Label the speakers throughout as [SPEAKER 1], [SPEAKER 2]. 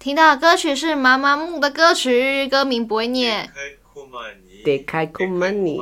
[SPEAKER 1] 听到的歌曲是妈妈木的歌曲，歌名不会念。
[SPEAKER 2] 데칼코마니
[SPEAKER 3] 데칼코마니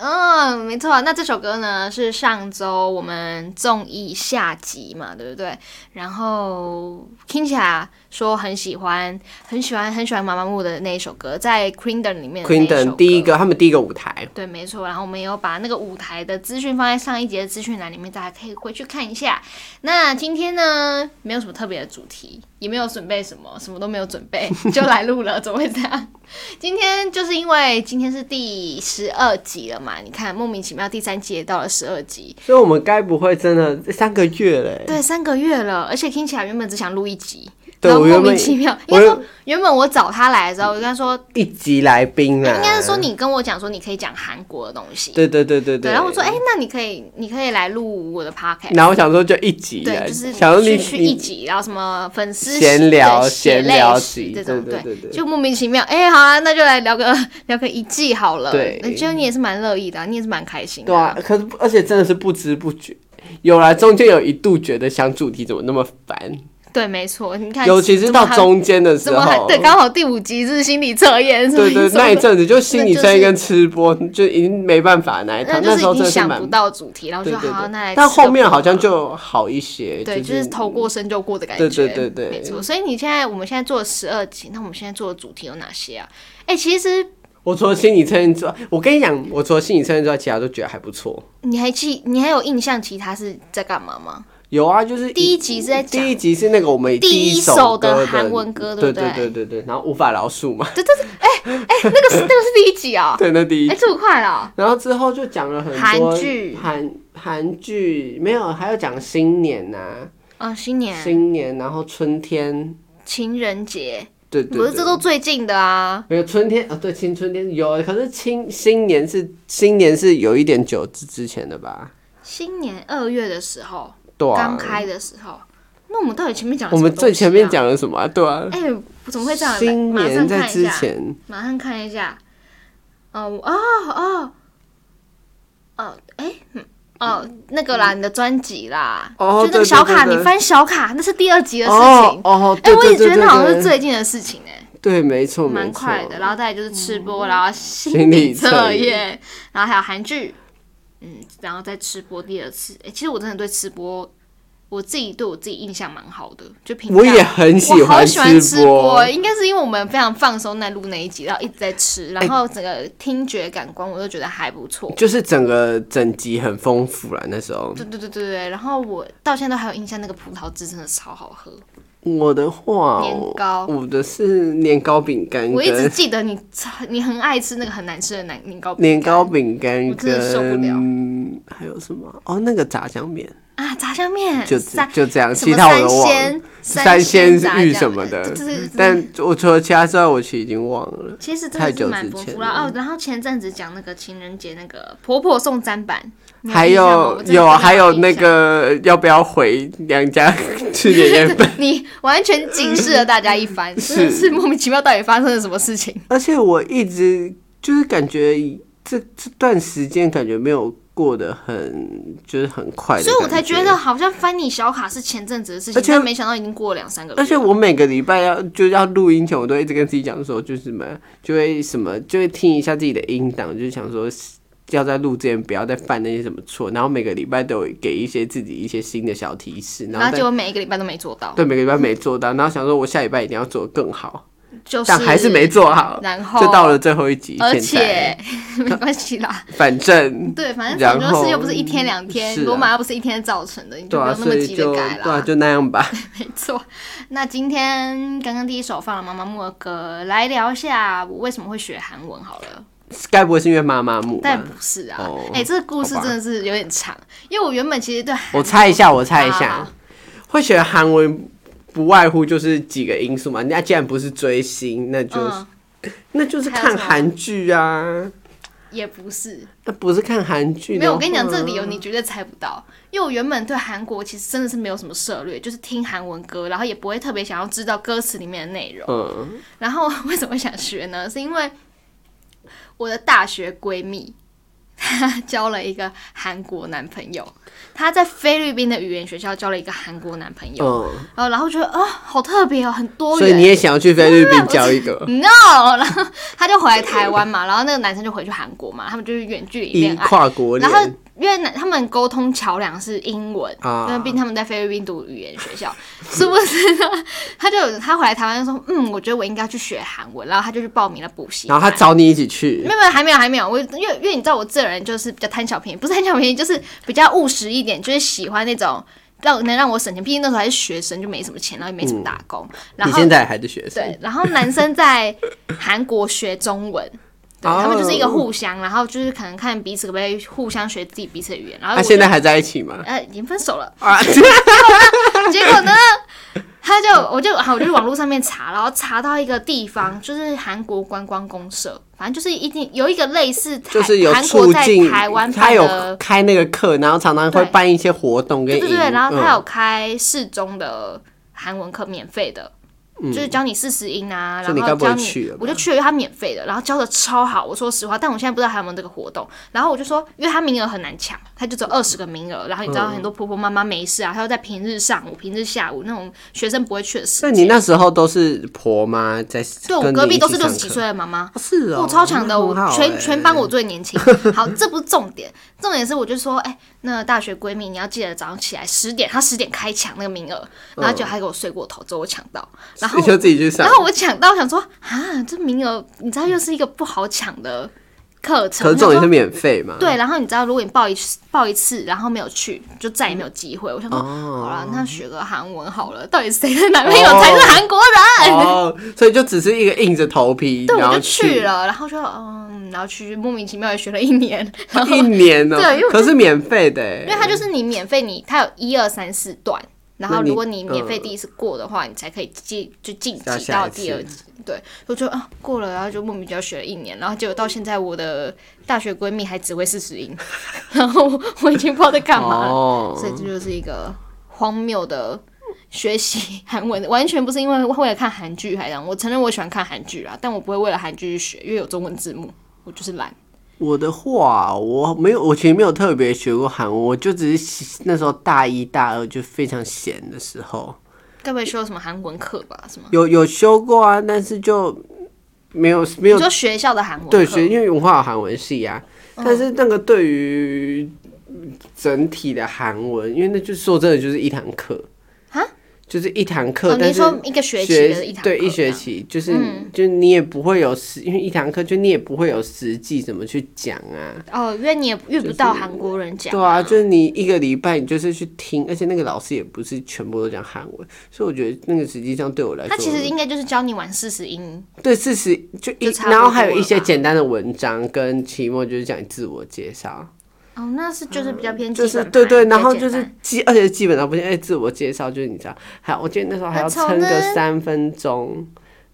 [SPEAKER 1] 嗯，没错。那这首歌呢是上周我们综艺下集嘛，对不对？然后听起来说很喜欢，很喜欢，很喜欢妈妈木的那一首歌，在 Queendom 里面的那
[SPEAKER 3] Queen
[SPEAKER 1] 一首
[SPEAKER 3] 等
[SPEAKER 1] 歌
[SPEAKER 3] 第一个，他们第一个舞台，
[SPEAKER 1] 对，没错。然后我们也有把那个舞台的资讯放在上一节的资讯栏里面，大家可以回去看一下。那今天呢，没有什么特别的主题，也没有准备什么，什么都没有准备 就来录了，怎么会这样？今天就是因为今天是第十二集了嘛，你看莫名其妙第三集也到了十二集，
[SPEAKER 3] 所以我们该不会真的三个月嘞？
[SPEAKER 1] 对，三个月了，而且听起来原本只想录一集。
[SPEAKER 3] 对
[SPEAKER 1] 然后
[SPEAKER 3] 我
[SPEAKER 1] 莫
[SPEAKER 3] 原
[SPEAKER 1] 名
[SPEAKER 3] 本
[SPEAKER 1] 其妙，应
[SPEAKER 3] 我
[SPEAKER 1] 该
[SPEAKER 3] 原
[SPEAKER 1] 说原本我找他来的时候，我跟他说，
[SPEAKER 3] 一集来宾啊，
[SPEAKER 1] 应该是说你跟我讲说你可以讲韩国的东西，
[SPEAKER 3] 对对对
[SPEAKER 1] 对，
[SPEAKER 3] 对对。
[SPEAKER 1] 然后我说，哎、，那你可以，你可以来录我的 podcast。
[SPEAKER 3] 然后我想说就一集啊，
[SPEAKER 1] 对，就是
[SPEAKER 3] 想说你
[SPEAKER 1] 去去
[SPEAKER 3] 你
[SPEAKER 1] 一集，然后什么粉丝
[SPEAKER 3] 闲
[SPEAKER 1] 对
[SPEAKER 3] 聊
[SPEAKER 1] 血
[SPEAKER 3] 闲
[SPEAKER 1] 泪
[SPEAKER 3] 聊
[SPEAKER 1] 史
[SPEAKER 3] 集
[SPEAKER 1] 这
[SPEAKER 3] 对
[SPEAKER 1] 种，
[SPEAKER 3] 对对对
[SPEAKER 1] 就莫名其妙，哎、好啊，那就来聊个聊个一季好了。
[SPEAKER 3] 对
[SPEAKER 1] 那就你也是蛮乐意的啊、你也是蛮开心的、
[SPEAKER 3] 对啊，可是而且真的是不知不觉，有啦，中间有一度觉得想主题怎么那么烦，
[SPEAKER 1] 对，没错，你看，
[SPEAKER 3] 尤其是到中间的时
[SPEAKER 1] 怎么还
[SPEAKER 3] 候，
[SPEAKER 1] 对，刚好第五集是心理测验，是不
[SPEAKER 3] 对
[SPEAKER 1] 是
[SPEAKER 3] 对，那一阵子就心理
[SPEAKER 1] 那
[SPEAKER 3] 战
[SPEAKER 1] 就是
[SPEAKER 3] 跟吃播就已经没办法那一
[SPEAKER 1] 那
[SPEAKER 3] 趟，
[SPEAKER 1] 就
[SPEAKER 3] 时候
[SPEAKER 1] 是
[SPEAKER 3] 真
[SPEAKER 1] 你
[SPEAKER 3] 的是
[SPEAKER 1] 想
[SPEAKER 3] 蛮
[SPEAKER 1] 不，到主题，然后
[SPEAKER 3] 对
[SPEAKER 1] 就
[SPEAKER 3] 对
[SPEAKER 1] 好、啊，那来
[SPEAKER 3] 对。
[SPEAKER 1] 吃
[SPEAKER 3] 但后
[SPEAKER 1] 个
[SPEAKER 3] 面
[SPEAKER 1] 苦
[SPEAKER 3] 好像
[SPEAKER 1] 吧
[SPEAKER 3] 就好一些，
[SPEAKER 1] 对，就是头过身就过的感觉。
[SPEAKER 3] 对对对对
[SPEAKER 1] 没错。所以你现在我们现在做十二集，那我们现在做的主题有哪些啊？哎、其实
[SPEAKER 3] 我除了心理测验之外，我跟你讲，我除了心理测验之外，其他都觉得还不错。
[SPEAKER 1] 你还记你还有印象其他是在干嘛吗？
[SPEAKER 3] 有啊，就是
[SPEAKER 1] 第一集是在讲
[SPEAKER 3] 第一集是那个我们
[SPEAKER 1] 第一
[SPEAKER 3] 一
[SPEAKER 1] 首
[SPEAKER 3] 首
[SPEAKER 1] 的
[SPEAKER 3] 歌
[SPEAKER 1] 韩文歌对
[SPEAKER 3] 对
[SPEAKER 1] 不
[SPEAKER 3] 对
[SPEAKER 1] 对
[SPEAKER 3] 对对对，然后无法饶恕嘛，
[SPEAKER 1] 对对对，哎哎、那个是那个是第一集啊、
[SPEAKER 3] 对，那第一
[SPEAKER 1] 哎、这么快了、
[SPEAKER 3] 然后之后就讲了很多
[SPEAKER 1] 韩剧
[SPEAKER 3] 韩韩剧没有，还有讲新年呐、
[SPEAKER 1] 嗯，新年、
[SPEAKER 3] 新年，然后春天，
[SPEAKER 1] 情人节，
[SPEAKER 3] 对对
[SPEAKER 1] 不是
[SPEAKER 3] 对
[SPEAKER 1] 这都最近的啊。
[SPEAKER 3] 没有春天啊、对，青春天有，可是青新年是新年是有一点久之之前的吧？
[SPEAKER 1] 新年二月的时候，
[SPEAKER 3] 对啊，
[SPEAKER 1] 刚开的时候，那我们到底前面讲了
[SPEAKER 3] 我
[SPEAKER 1] 什么
[SPEAKER 3] 们
[SPEAKER 1] 东西啊、
[SPEAKER 3] 最前面讲了什么、啊？对啊，
[SPEAKER 1] 哎、我怎么会这样？来
[SPEAKER 3] 新
[SPEAKER 1] 马
[SPEAKER 3] 年
[SPEAKER 1] 上
[SPEAKER 3] 在
[SPEAKER 1] 看一
[SPEAKER 3] 之
[SPEAKER 1] 下。
[SPEAKER 3] 前，
[SPEAKER 1] 马上看一下。哦哦哦哦，哎、嗯哦，那个啦，你的专辑啦，
[SPEAKER 3] 嗯哦
[SPEAKER 1] 就那
[SPEAKER 3] 对
[SPEAKER 1] 个
[SPEAKER 3] 对
[SPEAKER 1] 小卡，
[SPEAKER 3] 对对
[SPEAKER 1] 你翻小卡，那是第二集的事
[SPEAKER 3] 哦
[SPEAKER 1] 情。
[SPEAKER 3] 哦，
[SPEAKER 1] 哎、
[SPEAKER 3] 对
[SPEAKER 1] 我
[SPEAKER 3] 对
[SPEAKER 1] 也
[SPEAKER 3] 对
[SPEAKER 1] 觉得
[SPEAKER 3] 对
[SPEAKER 1] 那好像是
[SPEAKER 3] 对
[SPEAKER 1] 最近的事情哎、
[SPEAKER 3] 对，没错，
[SPEAKER 1] 蛮
[SPEAKER 3] 没错
[SPEAKER 1] 快的。然后再来就是吃播，然后心
[SPEAKER 3] 心
[SPEAKER 1] 理
[SPEAKER 3] 理
[SPEAKER 1] 测
[SPEAKER 3] 测
[SPEAKER 1] 验，然后还有韩剧，嗯，然后再吃播第二次。哎、其实我真的对吃播，我自己对我自己印象蛮好的，就评
[SPEAKER 3] 我
[SPEAKER 1] 价
[SPEAKER 3] 也很喜
[SPEAKER 1] 我好
[SPEAKER 3] 欢
[SPEAKER 1] 喜欢
[SPEAKER 3] 吃
[SPEAKER 1] 吃
[SPEAKER 3] 播
[SPEAKER 1] 播，，应该是因为我们非常放松在录那一集，然后一直在吃，
[SPEAKER 3] 哎
[SPEAKER 1] 然后整个听觉感官我都觉得还不错。
[SPEAKER 3] 就是整个整集很丰富啦。那时候
[SPEAKER 1] 对对对对对，然后我到现在都还有印象，那个葡萄汁真的超好喝。
[SPEAKER 3] 我的话，
[SPEAKER 1] 年糕
[SPEAKER 3] 我的是年糕饼干，
[SPEAKER 1] 我一直
[SPEAKER 3] 跟
[SPEAKER 1] 记得你超，你很爱吃那个很难吃的奶年糕饼干
[SPEAKER 3] 年糕饼干
[SPEAKER 1] 我真的受不了
[SPEAKER 3] 跟还有什么？哦，那个炸酱面，
[SPEAKER 1] 啊，炸酱 面，
[SPEAKER 3] 就
[SPEAKER 1] 三
[SPEAKER 3] 就这样，
[SPEAKER 1] 什
[SPEAKER 3] 其
[SPEAKER 1] 么
[SPEAKER 3] 他我
[SPEAKER 1] 三
[SPEAKER 3] 都忘了。
[SPEAKER 1] 鲜
[SPEAKER 3] 三
[SPEAKER 1] 鲜
[SPEAKER 3] 鲜
[SPEAKER 1] 炸
[SPEAKER 3] 玉
[SPEAKER 1] 酱
[SPEAKER 3] 什么
[SPEAKER 1] 面
[SPEAKER 3] 的
[SPEAKER 1] 对对对，
[SPEAKER 3] 但我除了其他之外，我其实已经忘了。
[SPEAKER 1] 其实真
[SPEAKER 3] 太
[SPEAKER 1] 的是
[SPEAKER 3] 久
[SPEAKER 1] 蛮
[SPEAKER 3] 之
[SPEAKER 1] 丰
[SPEAKER 3] 前
[SPEAKER 1] 富啦。哦，然后前阵子讲那个情人节那个婆婆送砧板，你
[SPEAKER 3] 还
[SPEAKER 1] 印象吗
[SPEAKER 3] 有
[SPEAKER 1] 我真的
[SPEAKER 3] 有啊
[SPEAKER 1] 真的
[SPEAKER 3] 还有
[SPEAKER 1] 印
[SPEAKER 3] 那
[SPEAKER 1] 象
[SPEAKER 3] 个要不要回 娘家吃年夜饭？
[SPEAKER 1] 你完全警示了大家一番，真的是莫名其妙，到底发生了什么事情？
[SPEAKER 3] 而且我一直就是感觉这这段时间感觉没有过得很就是很快的，
[SPEAKER 1] 所以我才觉得。好像翻你小卡是前阵子的事情
[SPEAKER 3] 而，且
[SPEAKER 1] 但没想到已经过了两三个月。
[SPEAKER 3] 而且我每个礼拜要就是要录音前，我都一直跟自己讲说，就是什么就会什么就会听一下自己的音档，就是想说要在录之前不要再犯那些什么错，然后每个礼拜都有给一些自己一些新的小提示，然
[SPEAKER 1] 然
[SPEAKER 3] 后
[SPEAKER 1] 后结
[SPEAKER 3] 再
[SPEAKER 1] 果每一个礼拜都没做到，
[SPEAKER 3] 对每个礼拜没做到，然后想说我下礼拜一定要做得更好，
[SPEAKER 1] 就是
[SPEAKER 3] 但还是没。做好，
[SPEAKER 1] 然后
[SPEAKER 3] 就到了，最后一集，
[SPEAKER 1] 而
[SPEAKER 3] 现在
[SPEAKER 1] 且 没关系啦，
[SPEAKER 3] 反正
[SPEAKER 1] 对，反正
[SPEAKER 3] 然
[SPEAKER 1] 很
[SPEAKER 3] 后
[SPEAKER 1] 多事又不是一天两天，
[SPEAKER 3] 是啊
[SPEAKER 1] 罗马又不是一天造成的，你就
[SPEAKER 3] 对
[SPEAKER 1] 不
[SPEAKER 3] 啊，
[SPEAKER 1] 用那么
[SPEAKER 3] 所以
[SPEAKER 1] 急
[SPEAKER 3] 就
[SPEAKER 1] 着改
[SPEAKER 3] 对啊，
[SPEAKER 1] 啦。
[SPEAKER 3] 就那样吧。
[SPEAKER 1] 没 错，那今天刚刚第一首放了妈妈木的歌，来聊一下我为什么会学韩文好了。
[SPEAKER 3] 该不会是因为妈妈木
[SPEAKER 1] 但
[SPEAKER 3] 吧？
[SPEAKER 1] 不是啊，哎、
[SPEAKER 3] 哦
[SPEAKER 1] 这个故事
[SPEAKER 3] 好
[SPEAKER 1] 真
[SPEAKER 3] 吧
[SPEAKER 1] 的是有点长，因为我原本其实对韩
[SPEAKER 3] 我猜一下，我猜一
[SPEAKER 1] 好
[SPEAKER 3] 下
[SPEAKER 1] 好，
[SPEAKER 3] 会学韩文不外乎就是几个因素嘛。那既然不是追星，那就是
[SPEAKER 1] 嗯
[SPEAKER 3] 那就是看韩剧啊，
[SPEAKER 1] 也不是，
[SPEAKER 3] 那不是看韩剧。
[SPEAKER 1] 没有，我跟你讲这个理由，
[SPEAKER 3] 啊
[SPEAKER 1] 你绝对猜不到，因为我原本对韩国其实真的是没有什么涉略，就是听韩文歌，然后也不会特别想要知道歌词里面的内容。
[SPEAKER 3] 嗯，
[SPEAKER 1] 然后 为什么想学呢？是因为我的大学闺蜜，她 交了一个韩国男朋友，她在菲律宾的语言学校交了一个韩国男朋友，
[SPEAKER 3] 嗯，
[SPEAKER 1] 然后然后觉得哦，好特别哦，很多
[SPEAKER 3] 所以
[SPEAKER 1] 元
[SPEAKER 3] 你。也想要去菲律宾交一个
[SPEAKER 1] No，然哦后她就回来台湾嘛，然后那个男生就回去韩国嘛，他们就是远距离
[SPEAKER 3] 一
[SPEAKER 1] 恋爱。
[SPEAKER 3] 跨国
[SPEAKER 1] 然后
[SPEAKER 3] 恋
[SPEAKER 1] 因为他们沟通桥梁是英文，因为
[SPEAKER 3] 啊
[SPEAKER 1] 毕？竟他们在菲律宾读语言学校，是不是呢？他就他回来台湾就说，嗯，我觉得我应该去学韩文，然后他就去报名了补习
[SPEAKER 3] 然
[SPEAKER 1] 班。
[SPEAKER 3] 后他找你一起去
[SPEAKER 1] 没，有没有，还没有还没有，我因为因为你知道我这人就是比较贪小便宜，不是贪小便宜，就是比较务实一点，就是喜欢那种让能让我省钱，毕竟那时候还是学生，就没什么钱，然后也没什么打工。然
[SPEAKER 3] 嗯你
[SPEAKER 1] 后
[SPEAKER 3] 现在还是学生，
[SPEAKER 1] 对，然后男生在韩国学中 文。对他们就是一个
[SPEAKER 3] 哦
[SPEAKER 1] 互相，然后就是可能看彼此可不可以互相学自己彼此的语言。然后
[SPEAKER 3] 他
[SPEAKER 1] 我
[SPEAKER 3] 啊现
[SPEAKER 1] 就
[SPEAKER 3] 在还在一起吗？
[SPEAKER 1] 呃已经分手了，
[SPEAKER 3] 啊，
[SPEAKER 1] 结果呢， 他就我就好，我就去网络上面查，然后查到一个地方，就是韩国观光公社，反正就是一定有一个类似台
[SPEAKER 3] 就是有
[SPEAKER 1] 韩国
[SPEAKER 3] 促
[SPEAKER 1] 在
[SPEAKER 3] 进
[SPEAKER 1] 台湾，
[SPEAKER 3] 他
[SPEAKER 1] 办
[SPEAKER 3] 有
[SPEAKER 1] 的，
[SPEAKER 3] 开那个课，然后常常
[SPEAKER 1] 对
[SPEAKER 3] 会办一些活动跟
[SPEAKER 1] 对
[SPEAKER 3] 营，
[SPEAKER 1] 对对，然后他
[SPEAKER 3] 嗯
[SPEAKER 1] 有开适中的韩文课，免费的。就是教你四十音啊，
[SPEAKER 3] 嗯所
[SPEAKER 1] 然
[SPEAKER 3] 以你该
[SPEAKER 1] 后
[SPEAKER 3] 不会
[SPEAKER 1] 教你，
[SPEAKER 3] 去了吧
[SPEAKER 1] 我就去了，因为它免费的，然后教的超好。我说实话，但我现在不知道还有没有这个活动。然后我就说，因为它名额很难抢，它就只有二十个名额。然后你知道很多婆婆妈妈没事啊，她要在平日上午、平日下午那种学生不会去的时
[SPEAKER 3] 那
[SPEAKER 1] 间。
[SPEAKER 3] 你那时候都是婆妈在
[SPEAKER 1] 对我
[SPEAKER 3] 跟你一起上课，
[SPEAKER 1] 隔壁都是六十几岁的妈妈，
[SPEAKER 3] 哦，是哦，
[SPEAKER 1] 我超强的，
[SPEAKER 3] 那
[SPEAKER 1] 我
[SPEAKER 3] 很好
[SPEAKER 1] 全
[SPEAKER 3] 欸
[SPEAKER 1] 全班我最年轻。好，这不是重点，重点是我就说，哎、那大学闺蜜你要记得早上起来十点，她十点开抢那个名额，然后就
[SPEAKER 3] 嗯
[SPEAKER 1] 还给我睡过头，之后我抢到， 然后
[SPEAKER 3] 你就自己去上
[SPEAKER 1] 然，后我抢到，我想说啊，这名额你知道又是一个不好抢的课程，
[SPEAKER 3] 可是这种也
[SPEAKER 1] 我想
[SPEAKER 3] 是
[SPEAKER 1] 说
[SPEAKER 3] 免费嘛，
[SPEAKER 1] 对，然后你知道，如果你报一次报一次，然后没有去，就再也没有机会。我想说，
[SPEAKER 3] 哦
[SPEAKER 1] 好了，那学个韩文好了。到底谁的男朋友才是韩国人？
[SPEAKER 3] 哦，所以就只是一个硬着头皮，
[SPEAKER 1] 对，
[SPEAKER 3] 然
[SPEAKER 1] 我
[SPEAKER 3] 后
[SPEAKER 1] 就去了，然后就嗯，然后去莫名其妙也学了一年，然后
[SPEAKER 3] 一年呢、哦
[SPEAKER 1] 对因为我
[SPEAKER 3] 可是免费的、欸
[SPEAKER 1] 因为它就是你免费，你它有一二三四段，然后
[SPEAKER 3] 那你
[SPEAKER 1] 如果你免费
[SPEAKER 3] 嗯
[SPEAKER 1] 第一次过的话，你才可以进就晋
[SPEAKER 3] 到
[SPEAKER 1] 级
[SPEAKER 3] 下
[SPEAKER 1] 到
[SPEAKER 3] 一次
[SPEAKER 1] 第二级。对，我就啊过了，然后就莫名其妙学了一年，然后结果到现在我的大学闺蜜还只会四十音， 然后我我已经不知道在干嘛了，
[SPEAKER 3] 哦，
[SPEAKER 1] 所以这就是一个荒谬的。学习韩文完全不是因为为了看韩剧还让我承认我喜欢看韩剧啊，但我不会为了韩剧去学，因为有中文字幕，我就是懒。
[SPEAKER 3] 我的话，我没有，我其实没有特别学过韩文，我就只是那时候大一大二就非常闲的时候，
[SPEAKER 1] 该不会修什么韩文课吧？什么？
[SPEAKER 3] 有有修过啊，但是就没有
[SPEAKER 1] 你
[SPEAKER 3] 没有
[SPEAKER 1] 说学校的韩文课？
[SPEAKER 3] 对学，因为文化有韩文系啊，
[SPEAKER 1] 嗯
[SPEAKER 3] 但是那个对于整体的韩文，因为那就说真的就是一堂课
[SPEAKER 1] 啊，
[SPEAKER 3] 就是一堂课，
[SPEAKER 1] 哦，你
[SPEAKER 3] 但
[SPEAKER 1] 是
[SPEAKER 3] 是
[SPEAKER 1] 说一个学期的一堂课嗯
[SPEAKER 3] 对一学期，就是、就你也不会有实，因为一堂课就你也不会有实际怎么去讲啊。
[SPEAKER 1] 这样哦，因为你也遇不到韩国人讲，
[SPEAKER 3] 对啊，就是你一个礼拜你就是去听，而且那个老师也不是全部都讲韩文，所以我觉得那个实际上对我来说，
[SPEAKER 1] 他其实应该就是教你玩四十音，
[SPEAKER 3] 对事实就一
[SPEAKER 1] 就差，不多
[SPEAKER 3] 然后还有一些
[SPEAKER 1] 了吧
[SPEAKER 3] 简单的文章跟期末就是讲自我介绍，
[SPEAKER 1] 哦，那是就是比较偏基
[SPEAKER 3] 嗯就
[SPEAKER 1] 本
[SPEAKER 3] 是
[SPEAKER 1] 盘，
[SPEAKER 3] 对对，
[SPEAKER 1] 比较
[SPEAKER 3] 然后
[SPEAKER 1] 简
[SPEAKER 3] 就
[SPEAKER 1] 单
[SPEAKER 3] 是基，而且基本上不是哎自我介绍，就是你知道，还我记得那时候还要
[SPEAKER 1] 很丑
[SPEAKER 3] 撑个
[SPEAKER 1] 呢
[SPEAKER 3] 三分钟，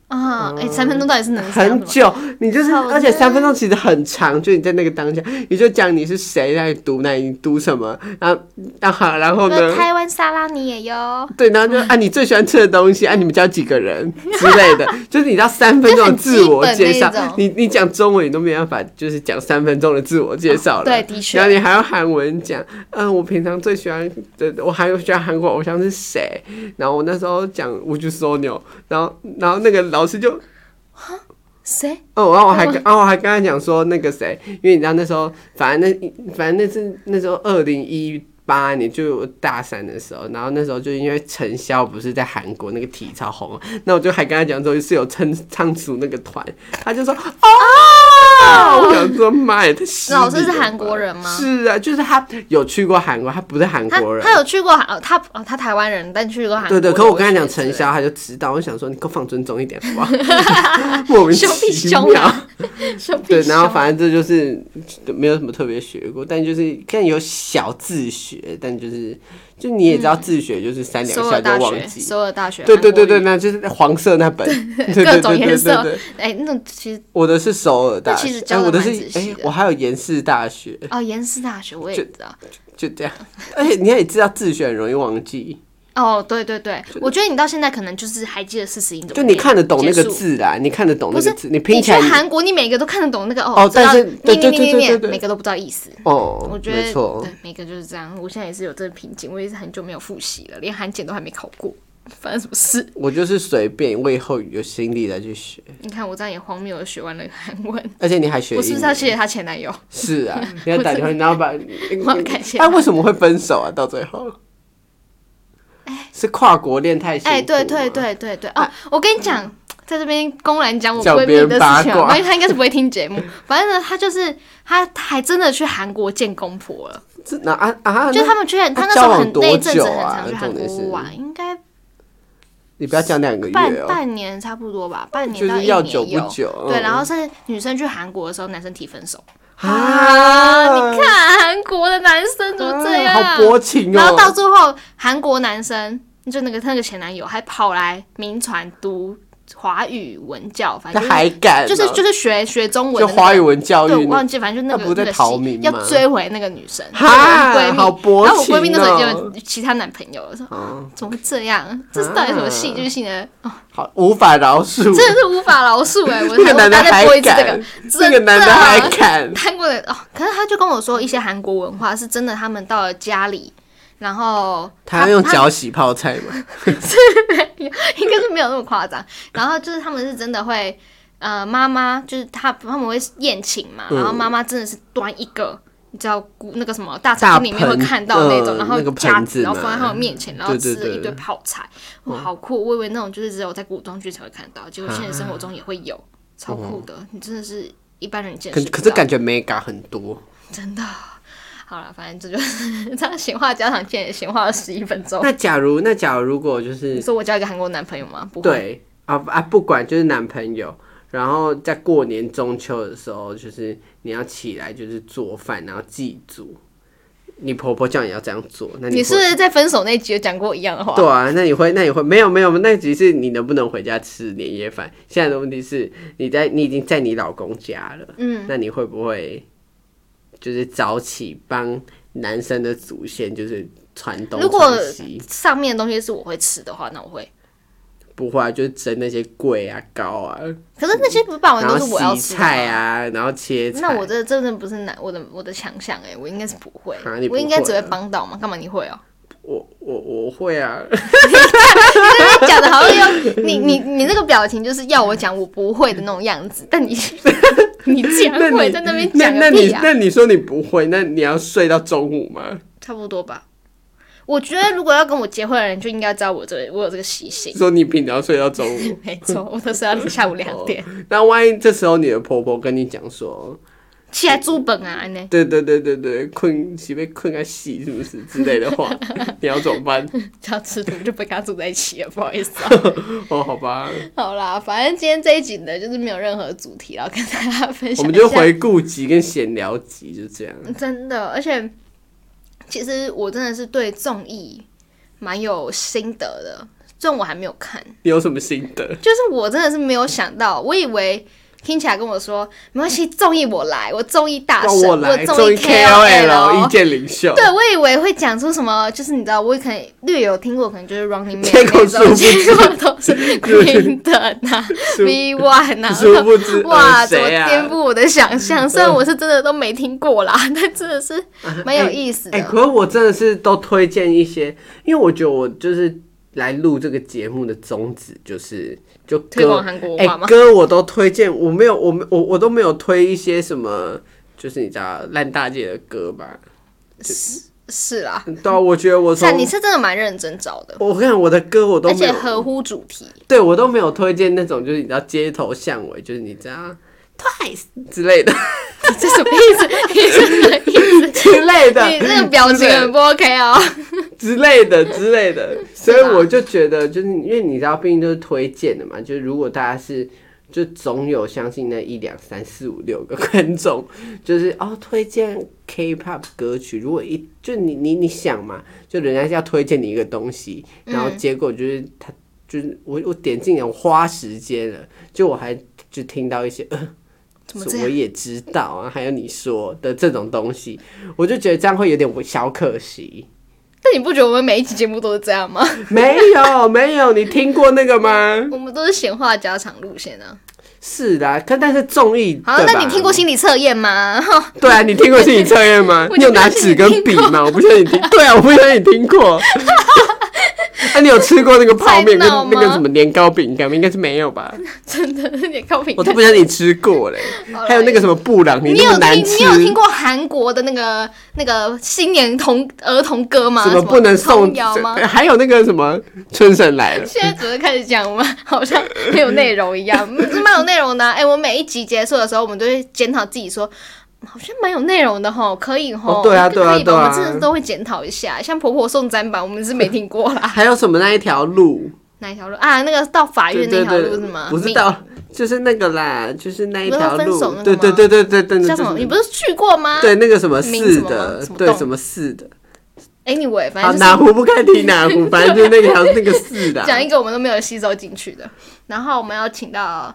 [SPEAKER 1] 啊，哎，三分钟到底是能想什
[SPEAKER 3] 嗯很
[SPEAKER 1] 么？
[SPEAKER 3] 久，你就是
[SPEAKER 1] 很丑
[SPEAKER 3] 而且
[SPEAKER 1] 呢
[SPEAKER 3] 三分钟其实很长，就你在那个当下，你就讲你是谁，让你读哪，你读什么，然后然后然后
[SPEAKER 1] 那
[SPEAKER 3] 呢？
[SPEAKER 1] 呃台湾沙拉你也有，
[SPEAKER 3] 对，然后就啊，你最喜欢吃的东西啊，你们家几个人之 类的，就是你知道三分钟的自我介绍
[SPEAKER 1] 就很基本那一种，
[SPEAKER 3] 你你讲中文你都没办法，就是讲三分钟的自我介绍了。
[SPEAKER 1] 哦对，的
[SPEAKER 3] 然后
[SPEAKER 1] 确，
[SPEAKER 3] 你还要韩文讲，嗯，我平常最喜欢的，我还有喜欢韩国偶像是谁？然后我那时候讲我就 s o n 然后然后那个老师就，
[SPEAKER 1] 谁？
[SPEAKER 3] 哦，然后我还跟，然后我还跟他讲说那个谁，因为你知道那时候，反正那反正那是那时候二零一八年，就我大三的时候，然后那时候就因为陈潇不是在韩国那个体操红，那我就还跟他讲说是有参仓鼠那个团，他就说哦，我想说妈呀，他犀利
[SPEAKER 1] 老师是
[SPEAKER 3] 了
[SPEAKER 1] 韩
[SPEAKER 3] 吧
[SPEAKER 1] 国人吗
[SPEAKER 3] 是啊，就是他有去过韩国，他不是韩
[SPEAKER 1] 他
[SPEAKER 3] 国人
[SPEAKER 1] 他。有去过韩，哦他哦他台湾人，但去过韩国
[SPEAKER 3] 对
[SPEAKER 1] 留学之类的。
[SPEAKER 3] 对，可我跟他讲陈潇，他就知道。我想说，你给我放尊重一点好 不 好？莫名
[SPEAKER 1] 凶屁
[SPEAKER 3] 其
[SPEAKER 1] 凶
[SPEAKER 3] 妙。
[SPEAKER 1] 啊，凶 屁
[SPEAKER 3] 对，然后
[SPEAKER 1] 凶
[SPEAKER 3] 反正这就是没有什么特别学过，但就是看有小自学，但就是就你也知道自学就是三两
[SPEAKER 1] 所
[SPEAKER 3] 下
[SPEAKER 1] 有嗯大
[SPEAKER 3] 就忘
[SPEAKER 1] 学，
[SPEAKER 3] 记。
[SPEAKER 1] 所有大学，
[SPEAKER 3] 对对对对，
[SPEAKER 1] 韩国语，
[SPEAKER 3] 那就是黄色那本， 对对
[SPEAKER 1] 各
[SPEAKER 3] 对
[SPEAKER 1] 种
[SPEAKER 3] 对
[SPEAKER 1] 颜
[SPEAKER 3] 对
[SPEAKER 1] 色
[SPEAKER 3] 对，
[SPEAKER 1] 哎、那其实
[SPEAKER 3] 我的是首尔大
[SPEAKER 1] 那其
[SPEAKER 3] 学
[SPEAKER 1] 实，
[SPEAKER 3] 哎，
[SPEAKER 1] 教得
[SPEAKER 3] 我的是
[SPEAKER 1] 蛮仔细
[SPEAKER 3] 哎
[SPEAKER 1] 的，
[SPEAKER 3] 我还有延世大学，
[SPEAKER 1] 哦，延世大学我也
[SPEAKER 3] 就
[SPEAKER 1] 知道。
[SPEAKER 3] 就这样。而且你也知道自学很容易忘记，
[SPEAKER 1] 哦，对对对，我觉得你到现在可能就是还记得四十音怎么
[SPEAKER 3] 就
[SPEAKER 1] 念，
[SPEAKER 3] 你看得懂那
[SPEAKER 1] 结
[SPEAKER 3] 个
[SPEAKER 1] 束。
[SPEAKER 3] 字啦，你看得懂那个
[SPEAKER 1] 不
[SPEAKER 3] 字，你
[SPEAKER 1] 你
[SPEAKER 3] 拼起
[SPEAKER 1] 去
[SPEAKER 3] 来你
[SPEAKER 1] 韩国，你每个都看得懂那个
[SPEAKER 3] 哦
[SPEAKER 1] 哦，知道
[SPEAKER 3] 但是对
[SPEAKER 1] 念念念
[SPEAKER 3] 对对对
[SPEAKER 1] 念
[SPEAKER 3] 对
[SPEAKER 1] 念，每个都不知道意思。
[SPEAKER 3] 哦，
[SPEAKER 1] 我觉
[SPEAKER 3] 没
[SPEAKER 1] 得
[SPEAKER 3] 错
[SPEAKER 1] 对，每个就是这样。我现在也是有这个瓶颈，我也是很久没有复习了，连韩检都还没考过， 发生什么事？
[SPEAKER 3] 我就是随便为后有心力来去学，
[SPEAKER 1] 你看我这样也荒谬的学完了韩文，
[SPEAKER 3] 而且你还学
[SPEAKER 1] 我是
[SPEAKER 3] 英
[SPEAKER 1] 不是要
[SPEAKER 3] 语，
[SPEAKER 1] 谢谢她前男友？
[SPEAKER 3] 是啊，你要打电话，然后把，
[SPEAKER 1] 嗯 我要感谢
[SPEAKER 3] 哎，为什么会分手啊？到最后，是跨国恋太辛苦，啊
[SPEAKER 1] 哎，对对，对对对，哦，我跟你讲，在这边公然讲我
[SPEAKER 3] 讲
[SPEAKER 1] 闺
[SPEAKER 3] 别人
[SPEAKER 1] 蜜的
[SPEAKER 3] 八
[SPEAKER 1] 事情
[SPEAKER 3] 卦
[SPEAKER 1] 啊，因为她应该是不会听节目。反正呢，她就是她，她还真的去韩国见公婆了。
[SPEAKER 3] 这那啊啊，
[SPEAKER 1] 就
[SPEAKER 3] 那
[SPEAKER 1] 他们去，她
[SPEAKER 3] 他
[SPEAKER 1] 那时候
[SPEAKER 3] 交往
[SPEAKER 1] 很
[SPEAKER 3] 多
[SPEAKER 1] 那一阵子
[SPEAKER 3] 久
[SPEAKER 1] 很
[SPEAKER 3] 啊
[SPEAKER 1] 常去韩
[SPEAKER 3] 重点
[SPEAKER 1] 国
[SPEAKER 3] 是
[SPEAKER 1] 玩，应该
[SPEAKER 3] 你不要讲两个
[SPEAKER 1] 半
[SPEAKER 3] 月哦，
[SPEAKER 1] 半年差不多吧，半年
[SPEAKER 3] 就
[SPEAKER 1] 到
[SPEAKER 3] 是
[SPEAKER 1] 一
[SPEAKER 3] 要
[SPEAKER 1] 年
[SPEAKER 3] 久不
[SPEAKER 1] 有。
[SPEAKER 3] 久，
[SPEAKER 1] 对，
[SPEAKER 3] 嗯
[SPEAKER 1] 然后是女生去韩国的时候，男生提分手。
[SPEAKER 3] 啊，
[SPEAKER 1] 你看韩国的男生怎么这样？
[SPEAKER 3] 好薄情
[SPEAKER 1] 然后到
[SPEAKER 3] 哦，
[SPEAKER 1] 最后，韩国男生就那个那个前男友还跑来民传读华语文教，反
[SPEAKER 3] 他
[SPEAKER 1] 正就是
[SPEAKER 3] 还敢哦，
[SPEAKER 1] 就是就是学学中文的、
[SPEAKER 3] 就
[SPEAKER 1] 那个，
[SPEAKER 3] 华语文教
[SPEAKER 1] 对，我
[SPEAKER 3] 育呢，
[SPEAKER 1] 忘记，反正就那
[SPEAKER 3] 那
[SPEAKER 1] 个
[SPEAKER 3] 不是在
[SPEAKER 1] 那个戏
[SPEAKER 3] 逃民吗
[SPEAKER 1] 要追回那个女生，
[SPEAKER 3] 哈
[SPEAKER 1] 那个闺蜜
[SPEAKER 3] 好薄情哦
[SPEAKER 1] 然后我闺蜜那时候已经有其他男朋友了，说、
[SPEAKER 3] 啊
[SPEAKER 1] 怎么会这样？这是到底什么戏剧性 的？哦，
[SPEAKER 3] 好无法饶恕，
[SPEAKER 1] 真的是无法饶恕哎、我
[SPEAKER 3] 那个男的
[SPEAKER 1] 我再
[SPEAKER 3] 还
[SPEAKER 1] 播一次这
[SPEAKER 3] 敢
[SPEAKER 1] 个，，啊
[SPEAKER 3] 那个男的还敢，
[SPEAKER 1] 韩国人哦，可是他就跟我说，一些韩国文化是真的，他们到了家里，然后
[SPEAKER 3] 他要用脚洗泡菜吗？
[SPEAKER 1] 应该是没有那么夸张。然后就是他们是真的会，呃，妈妈就是他他们会宴请嘛，
[SPEAKER 3] 嗯
[SPEAKER 1] 然后妈妈真的是端一个。你知道古那个什么大餐厅里面会看到那种，
[SPEAKER 3] 大盆
[SPEAKER 1] 然后
[SPEAKER 3] 嗯那个
[SPEAKER 1] 夹
[SPEAKER 3] 盆子
[SPEAKER 1] 子，然后
[SPEAKER 3] 嘛
[SPEAKER 1] 放在他们面前，然后
[SPEAKER 3] 对对
[SPEAKER 1] 吃了一
[SPEAKER 3] 对嗯
[SPEAKER 1] 堆泡菜，哇，好酷！我以为那种就是只有在古装剧才会看到，结果现实生活中也会有，超酷的。你真的是一般人见
[SPEAKER 3] 嗯可
[SPEAKER 1] 识不
[SPEAKER 3] 可是
[SPEAKER 1] 到
[SPEAKER 3] 感觉 mega 很多，
[SPEAKER 1] 真的。好了，反正这就是 这样闲话家常，见闲话了十一分钟。
[SPEAKER 3] 那假如那假如如果就
[SPEAKER 1] 你
[SPEAKER 3] 是
[SPEAKER 1] 说我交一个韩国男朋友吗？不会，
[SPEAKER 3] 对啊啊，不管就是男朋友，然后在过年中秋的时候，就是你要起来就是做饭，然后祭祖。你婆婆叫你要这样做，那
[SPEAKER 1] 你
[SPEAKER 3] 你
[SPEAKER 1] 是
[SPEAKER 3] 会
[SPEAKER 1] 不是在分手那集有讲过一样的话？
[SPEAKER 3] 对啊，那你会，那你会没有没有，那只是你能不能回家吃年夜饭。现在的问题是，你在你已经在你老公家了，嗯，那你会不会就是早起帮男生的祖先就是传东
[SPEAKER 1] 如果
[SPEAKER 3] 传西？
[SPEAKER 1] 上面的东西是我会吃的话，那我会。
[SPEAKER 3] 不会啊，就是蒸那些桂啊、糕啊，
[SPEAKER 1] 可是那些不是霸王
[SPEAKER 3] 然
[SPEAKER 1] 哦都
[SPEAKER 3] 后
[SPEAKER 1] 是我要
[SPEAKER 3] 洗
[SPEAKER 1] 吃的
[SPEAKER 3] 菜
[SPEAKER 1] 吗
[SPEAKER 3] 啊，然后切菜。
[SPEAKER 1] 那我这真的不是男我的我的强项哎，我应该是不会，
[SPEAKER 3] 啊你不
[SPEAKER 1] 我应该
[SPEAKER 3] 会
[SPEAKER 1] 只会
[SPEAKER 3] 啊
[SPEAKER 1] 帮倒忙，干嘛你会哦、
[SPEAKER 3] 我我我会啊，
[SPEAKER 1] 啊讲的好像要你你你那个表情就是要我讲我不会的那种样子，但 你你竟
[SPEAKER 3] 那
[SPEAKER 1] 然会
[SPEAKER 3] 你
[SPEAKER 1] 啊在那边
[SPEAKER 3] 那
[SPEAKER 1] 讲个
[SPEAKER 3] 那你
[SPEAKER 1] 屁啊！
[SPEAKER 3] 那你说你不会，那你要睡到中午吗？
[SPEAKER 1] 差不多吧。我觉得如果要跟我结婚的人，就应该知道我这我有这个习性。
[SPEAKER 3] 说你平常睡到中午，
[SPEAKER 1] 没错，我都是要下午两点
[SPEAKER 3] 那万一这时候你的婆婆跟你讲说，
[SPEAKER 1] 起来租本啊，呢。
[SPEAKER 3] 对对对对对，困是被困个死是不是之类的 话，你要怎么办？
[SPEAKER 1] 要吃土就不跟他住在一起了，不好意思、 啊。
[SPEAKER 3] 哦，好吧，
[SPEAKER 1] 好啦，反正今天这一集呢，就是没有任何主题了，然后跟大家分享一下。
[SPEAKER 3] 我们就回顾集跟闲聊集就这样。
[SPEAKER 1] 真的，而且其实我真的是对综艺蛮有心得的，虽然我还没有看，
[SPEAKER 3] 你有什么心得？
[SPEAKER 1] 就是我真的是没有想到，我以为。听起来跟我说没关系，综艺我来，我综艺大
[SPEAKER 3] 让
[SPEAKER 1] 神，
[SPEAKER 3] 我来
[SPEAKER 1] 综
[SPEAKER 3] 一
[SPEAKER 1] KOL，
[SPEAKER 3] 意见领袖。
[SPEAKER 1] 对，我以为会讲出什么，就是你知道，我可能略有听过，可能就是 Running Man
[SPEAKER 3] 结果
[SPEAKER 1] 那
[SPEAKER 3] 殊不
[SPEAKER 1] 种，
[SPEAKER 3] 知
[SPEAKER 1] 结果都 是 Green 的啊，V One 啊，
[SPEAKER 3] 殊不知
[SPEAKER 1] 哇，
[SPEAKER 3] 呃
[SPEAKER 1] 怎么
[SPEAKER 3] 谁啊嗯
[SPEAKER 1] 颠覆我的想象？虽然我是真的都没听过啦， 但真的是蛮有意思
[SPEAKER 3] 哎、
[SPEAKER 1] 的。
[SPEAKER 3] 可是我真的是都推荐一些，因为我觉得我就是来录这个节目的宗旨就是就
[SPEAKER 1] 推
[SPEAKER 3] 歌
[SPEAKER 1] 广，韩国
[SPEAKER 3] 哎、
[SPEAKER 1] 文化吗？
[SPEAKER 3] 歌我都推荐，我没有，我没我我都没有推一些什么，就是你知道烂大街的歌吧？
[SPEAKER 1] 是啦，
[SPEAKER 3] 对啊，我觉得我从
[SPEAKER 1] 但你是真的蛮认真找的，
[SPEAKER 3] 我看我的歌我都
[SPEAKER 1] 而
[SPEAKER 3] 没
[SPEAKER 1] 且
[SPEAKER 3] 有，
[SPEAKER 1] 合乎主题。
[SPEAKER 3] 对我都没有推荐那种就是你知道街头巷尾，就是你知道 Twice 之类的
[SPEAKER 1] 这什么意思？你真的意思？
[SPEAKER 3] 之类的，
[SPEAKER 1] 你那个表
[SPEAKER 3] 之
[SPEAKER 1] 情
[SPEAKER 3] 类的
[SPEAKER 1] 很不 OK 哦。
[SPEAKER 3] 之类 的之类的，所以
[SPEAKER 1] 是吧
[SPEAKER 3] 我就觉得，就是因为你知道，毕竟都是推荐的嘛，就是如果大家是就总有相信那一两三四五六个观众，就是哦推荐 K-pop 歌曲，如果一就你你你想嘛，就人家要推荐你一个东西，然后结果就是他就是我我点进来我花时间了，就我还就听到一些呃
[SPEAKER 1] 怎么
[SPEAKER 3] 是
[SPEAKER 1] 这
[SPEAKER 3] 我
[SPEAKER 1] 样？
[SPEAKER 3] 也知道啊，还有你说的这种东西，我就觉得这样会有点小可惜。
[SPEAKER 1] 但你不觉得我们每一期节目都是这样吗？
[SPEAKER 3] 没有，没有，你听过那个吗？
[SPEAKER 1] 我们都是闲话家常路线啊。
[SPEAKER 3] 是的啊，但但是综艺
[SPEAKER 1] 好，
[SPEAKER 3] 对
[SPEAKER 1] 那
[SPEAKER 3] 吧
[SPEAKER 1] 你听过？心理测验吗？ 哈？
[SPEAKER 3] 对啊，你听过心理测验吗
[SPEAKER 1] 我
[SPEAKER 3] 你
[SPEAKER 1] 觉得
[SPEAKER 3] 有拿纸跟笔吗？我不相信你听。 对啊，我不相信你 听过。那、你有吃过那个泡面
[SPEAKER 1] 在
[SPEAKER 3] 跟
[SPEAKER 1] 闹吗
[SPEAKER 3] 那个什么年糕饼干吗？应该是没 有吧？
[SPEAKER 1] 真的，你高评
[SPEAKER 3] 我都不相信你吃过嘞。
[SPEAKER 1] 好啦
[SPEAKER 3] 还有那个什么布朗尼
[SPEAKER 1] 你
[SPEAKER 3] 那
[SPEAKER 1] 有
[SPEAKER 3] 么难
[SPEAKER 1] 听
[SPEAKER 3] 吃，
[SPEAKER 1] 你有听过韩国的那个那个新年童儿童歌吗？
[SPEAKER 3] 什么不能送
[SPEAKER 1] 童谣 吗？
[SPEAKER 3] 还有那个什么春神来了。
[SPEAKER 1] 现在只是开始讲，我们 好像很有内容一 样，嗯是蛮有内容的啊、哎、我每一集结束的时候，我们都会检讨自己说。好像蛮有内容的吼，可以吼，
[SPEAKER 3] 哦对啊
[SPEAKER 1] 可以吧
[SPEAKER 3] 对啊对啊
[SPEAKER 1] 我们真的都会检讨一下。像婆婆送砧板，我们是没听过啦。
[SPEAKER 3] 还有什么那一条路？
[SPEAKER 1] 哪一条路啊？那个到法
[SPEAKER 3] 对
[SPEAKER 1] 院
[SPEAKER 3] 对
[SPEAKER 1] 那条
[SPEAKER 3] 对，
[SPEAKER 1] 路是吗？
[SPEAKER 3] 不是
[SPEAKER 1] 你
[SPEAKER 3] 道，就是那个啦，就是那一
[SPEAKER 1] 不是
[SPEAKER 3] 条
[SPEAKER 1] 分手那个
[SPEAKER 3] 路。对对
[SPEAKER 1] 吗
[SPEAKER 3] 对对对对，
[SPEAKER 1] 像
[SPEAKER 3] 就
[SPEAKER 1] 什么？你
[SPEAKER 3] 是
[SPEAKER 1] 不是去过吗？
[SPEAKER 3] 对那个什么
[SPEAKER 1] 明
[SPEAKER 3] 寺
[SPEAKER 1] 什么吗
[SPEAKER 3] 的
[SPEAKER 1] 什，么
[SPEAKER 3] 对
[SPEAKER 1] 洞
[SPEAKER 3] 什么寺的。
[SPEAKER 1] ，Anyway，反
[SPEAKER 3] 好，
[SPEAKER 1] 正就是
[SPEAKER 3] 哪壶不开提哪壶，反正就是那条那个寺的啊。
[SPEAKER 1] 讲一个我们都没有吸收进去的。然后我们要请到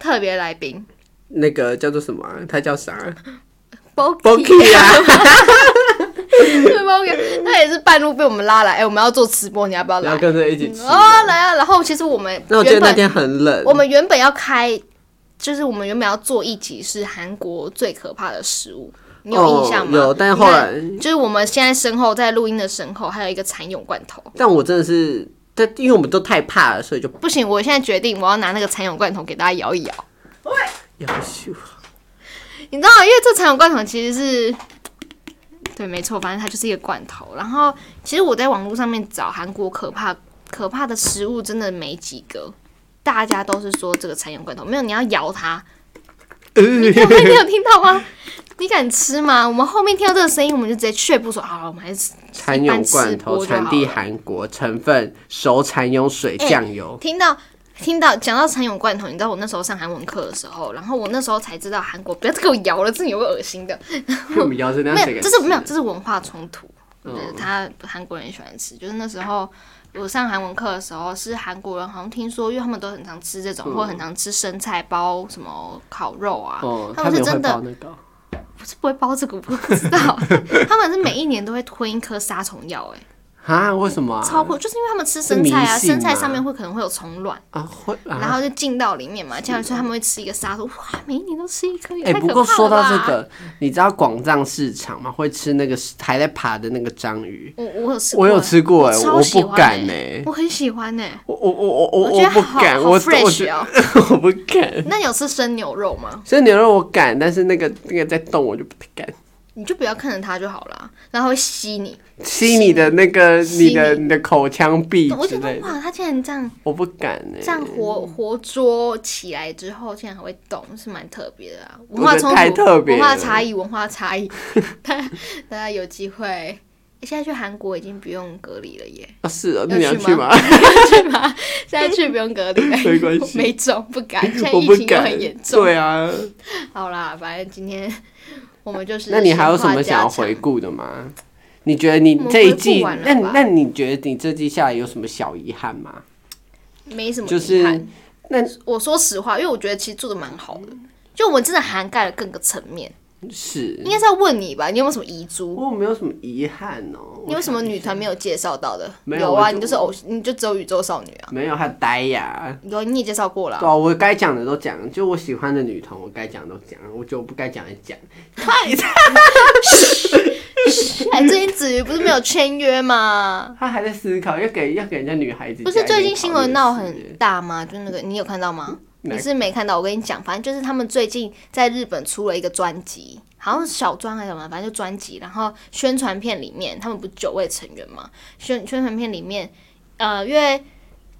[SPEAKER 1] 特别来宾
[SPEAKER 3] 那个叫做什么啊？它叫啥 b o k
[SPEAKER 1] ，Boki
[SPEAKER 3] y 啊？
[SPEAKER 1] 对 Boki，他也是半路被我们拉来，哎、我们要做吃播，你要不要
[SPEAKER 3] 然
[SPEAKER 1] 来
[SPEAKER 3] 后？跟着一起吃。
[SPEAKER 1] 哦，来啊！然后其实我们
[SPEAKER 3] 那我记得
[SPEAKER 1] 原
[SPEAKER 3] 那
[SPEAKER 1] 本
[SPEAKER 3] 天很冷
[SPEAKER 1] 我，们原本要开，就是我们原本要做一集是韩国最可怕的食物，你有
[SPEAKER 3] 哦
[SPEAKER 1] 印象吗？
[SPEAKER 3] 有但是后来
[SPEAKER 1] 你看就是我们现在身后在录音的身后还有一个蚕蛹罐头。
[SPEAKER 3] 但我真的是，但因为我们都太怕了，所以就
[SPEAKER 1] 不行，我现在决定我要拿那个蚕蛹罐头给大家摇一摇。
[SPEAKER 3] 要咻。
[SPEAKER 1] 你知道，因为这蚕蛹罐头其实是，对，没错，反正它就是一个罐头。然后，其实我在网络上面找韩国可怕可怕的食物，真的没几个。大家都是说这个蚕蛹罐头，没有你要摇它，你有你有听到吗？你敢吃吗？我们后面听到这个声音，我们就直接却步说好了，我们还是
[SPEAKER 3] 蚕
[SPEAKER 1] 一般
[SPEAKER 3] 蛹
[SPEAKER 1] 吃
[SPEAKER 3] 罐
[SPEAKER 1] 播
[SPEAKER 3] 头
[SPEAKER 1] 就
[SPEAKER 3] 产
[SPEAKER 1] 好
[SPEAKER 3] 地
[SPEAKER 1] 了
[SPEAKER 3] 韩国，成分熟蚕蛹水、酱油。
[SPEAKER 1] 听到听到讲到蚕蛹罐头，你知道我那时候上韩文课的时候，然后我那时候才知道韩国不要再给我摇了，真的有个恶心的。
[SPEAKER 3] 我们腰身那
[SPEAKER 1] 没
[SPEAKER 3] 样整
[SPEAKER 1] 有，
[SPEAKER 3] 个
[SPEAKER 1] 这是没有，这是文化冲突。
[SPEAKER 3] 嗯
[SPEAKER 1] 就是他韩国人喜欢吃，就是那时候我上韩文课的时候，是韩国人好像听说，因为他们都很常吃这种，
[SPEAKER 3] 嗯
[SPEAKER 1] 或很常吃生菜包什么烤肉啊，
[SPEAKER 3] 哦，
[SPEAKER 1] 他们是
[SPEAKER 3] 有
[SPEAKER 1] 真
[SPEAKER 3] 会
[SPEAKER 1] 的
[SPEAKER 3] 包那个哦
[SPEAKER 1] 不是不会包这个，我不 知道，他们是每一年都会吞一颗杀虫药、欸，
[SPEAKER 3] 啊？为什么啊？
[SPEAKER 1] 超过就是因为他们吃生菜啊，
[SPEAKER 3] 是迷信
[SPEAKER 1] 生菜
[SPEAKER 3] 吗
[SPEAKER 1] 上面会可能会有虫卵。
[SPEAKER 3] 啊会
[SPEAKER 1] 然
[SPEAKER 3] 啊？
[SPEAKER 1] 后就进到里面嘛，这样所以他们会吃一个沙虫。哇，每一年都吃一颗，也
[SPEAKER 3] 哎、
[SPEAKER 1] 太可
[SPEAKER 3] 不
[SPEAKER 1] 怕了吧！
[SPEAKER 3] 过说到这个，你知道广藏市场吗？会吃那个还在爬的那个章鱼，
[SPEAKER 1] 我我有吃过，
[SPEAKER 3] 我有吃过哎、
[SPEAKER 1] 我
[SPEAKER 3] 我
[SPEAKER 1] 超喜
[SPEAKER 3] 不
[SPEAKER 1] 欢
[SPEAKER 3] 敢
[SPEAKER 1] 欸
[SPEAKER 3] 哎、
[SPEAKER 1] 我很喜欢呢、欸，
[SPEAKER 3] 我我我我
[SPEAKER 1] 觉得
[SPEAKER 3] 不
[SPEAKER 1] 好
[SPEAKER 3] 敢，
[SPEAKER 1] 好
[SPEAKER 3] 我我
[SPEAKER 1] fresh
[SPEAKER 3] 觉
[SPEAKER 1] 哦。
[SPEAKER 3] 我不敢。
[SPEAKER 1] 那你有吃生牛肉吗？
[SPEAKER 3] 所以牛肉我敢，但是那个那个在动我就不太敢。
[SPEAKER 1] 你就不要看着它就好了，然后它会吸你。
[SPEAKER 3] 吸你的那个
[SPEAKER 1] 吸
[SPEAKER 3] 你的
[SPEAKER 1] 你
[SPEAKER 3] 你的口腔壁
[SPEAKER 1] 我
[SPEAKER 3] 之
[SPEAKER 1] 觉得
[SPEAKER 3] 类的，
[SPEAKER 1] 哇，它竟然这样
[SPEAKER 3] 我不敢哎、
[SPEAKER 1] 这样活活捉起来之后，竟然还会动，是蛮特别的啊。文
[SPEAKER 3] 我
[SPEAKER 1] 化
[SPEAKER 3] 觉得
[SPEAKER 1] 冲突，
[SPEAKER 3] 太特别
[SPEAKER 1] 文化
[SPEAKER 3] 了
[SPEAKER 1] 差异，文化差异。 大家大家有机会，欸现在去韩国已经不用隔离了耶，
[SPEAKER 3] 啊是
[SPEAKER 1] 要
[SPEAKER 3] 啊，那你要
[SPEAKER 1] 去
[SPEAKER 3] 去
[SPEAKER 1] 吗
[SPEAKER 3] 吗？
[SPEAKER 1] 去吧？现在去不用隔离了，
[SPEAKER 3] 没关系
[SPEAKER 1] 没种不 敢。 现在
[SPEAKER 3] 我
[SPEAKER 1] 疫
[SPEAKER 3] 不
[SPEAKER 1] 情又
[SPEAKER 3] 敢，
[SPEAKER 1] 很严重。
[SPEAKER 3] 对啊，
[SPEAKER 1] 好啦，反正今天我们就是
[SPEAKER 3] 那你还有什么
[SPEAKER 1] 闲
[SPEAKER 3] 想
[SPEAKER 1] 话
[SPEAKER 3] 要
[SPEAKER 1] 家常
[SPEAKER 3] 回顾的吗？你觉得你
[SPEAKER 1] 我们
[SPEAKER 3] 这一
[SPEAKER 1] 回顾
[SPEAKER 3] 季，
[SPEAKER 1] 完了
[SPEAKER 3] 那你
[SPEAKER 1] 吧
[SPEAKER 3] 那你觉得你这季下来有什么小遗憾吗？
[SPEAKER 1] 没什么遗憾，
[SPEAKER 3] 就是那
[SPEAKER 1] 我说实话，因为我觉得其实做的蛮好的，就我们真的涵盖了各个层面。
[SPEAKER 3] 是
[SPEAKER 1] 应该是要问你吧，你有没有什么遗珠？
[SPEAKER 3] 我没有什么遗憾哦，
[SPEAKER 1] 你有什么女团没有介绍到的？
[SPEAKER 3] 没有我
[SPEAKER 1] 啊，
[SPEAKER 3] 就
[SPEAKER 1] 你就是偶，你就只有宇宙少女啊。
[SPEAKER 3] 没有，还有呆呀。
[SPEAKER 1] 有你也介绍过了
[SPEAKER 3] 对、啊，我该讲的都讲，就我喜欢的女团，我该讲的都讲，我就不该讲的讲。
[SPEAKER 1] 啊。 哎，最近子瑜不是没有签约吗？
[SPEAKER 3] 她还在思考，要给要给人家女孩子
[SPEAKER 1] 不
[SPEAKER 3] 加
[SPEAKER 1] 是
[SPEAKER 3] 一点
[SPEAKER 1] 最近新闻
[SPEAKER 3] 考
[SPEAKER 1] 闹
[SPEAKER 3] 虑的嗯
[SPEAKER 1] 很大吗？就那个你有看到吗？
[SPEAKER 3] 哪
[SPEAKER 1] 你是没看到？我跟你讲，反正就是他们最近在日本出了一个专辑，好像是小专还是什么，反正就专辑。然后宣传片里面，他们不是九位成员嘛？宣宣传片里面，呃，因为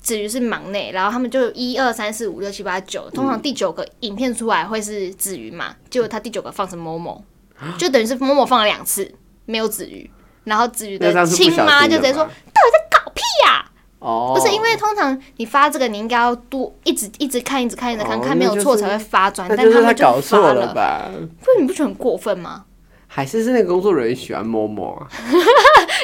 [SPEAKER 1] 子瑜是忙内，然后他们就一二三四五六七八九，
[SPEAKER 3] 嗯
[SPEAKER 1] 通常第九个影片出来会是子瑜嘛，结果他第九个放成某某，就等于是某某放了两次，没有子瑜。然后子瑜
[SPEAKER 3] 那
[SPEAKER 1] 的
[SPEAKER 3] 上次不
[SPEAKER 1] 亲
[SPEAKER 3] 小
[SPEAKER 1] 妈
[SPEAKER 3] 心
[SPEAKER 1] 就
[SPEAKER 3] 了
[SPEAKER 1] 直接说：“
[SPEAKER 3] 吧
[SPEAKER 1] 到底在搞屁呀、
[SPEAKER 3] 哦，
[SPEAKER 1] 不是因为通常你发这个，你应该要多一直一直看，一直看，一直看，
[SPEAKER 3] 哦
[SPEAKER 1] 看没有
[SPEAKER 3] 那
[SPEAKER 1] 错
[SPEAKER 3] 就是
[SPEAKER 1] 才会发专，
[SPEAKER 3] 那
[SPEAKER 1] 但
[SPEAKER 3] 就是
[SPEAKER 1] 们就
[SPEAKER 3] 搞错
[SPEAKER 1] 发
[SPEAKER 3] 了吧？
[SPEAKER 1] 不是你不觉得很过分吗？
[SPEAKER 3] 还是是那个工作人员喜欢摸摸啊，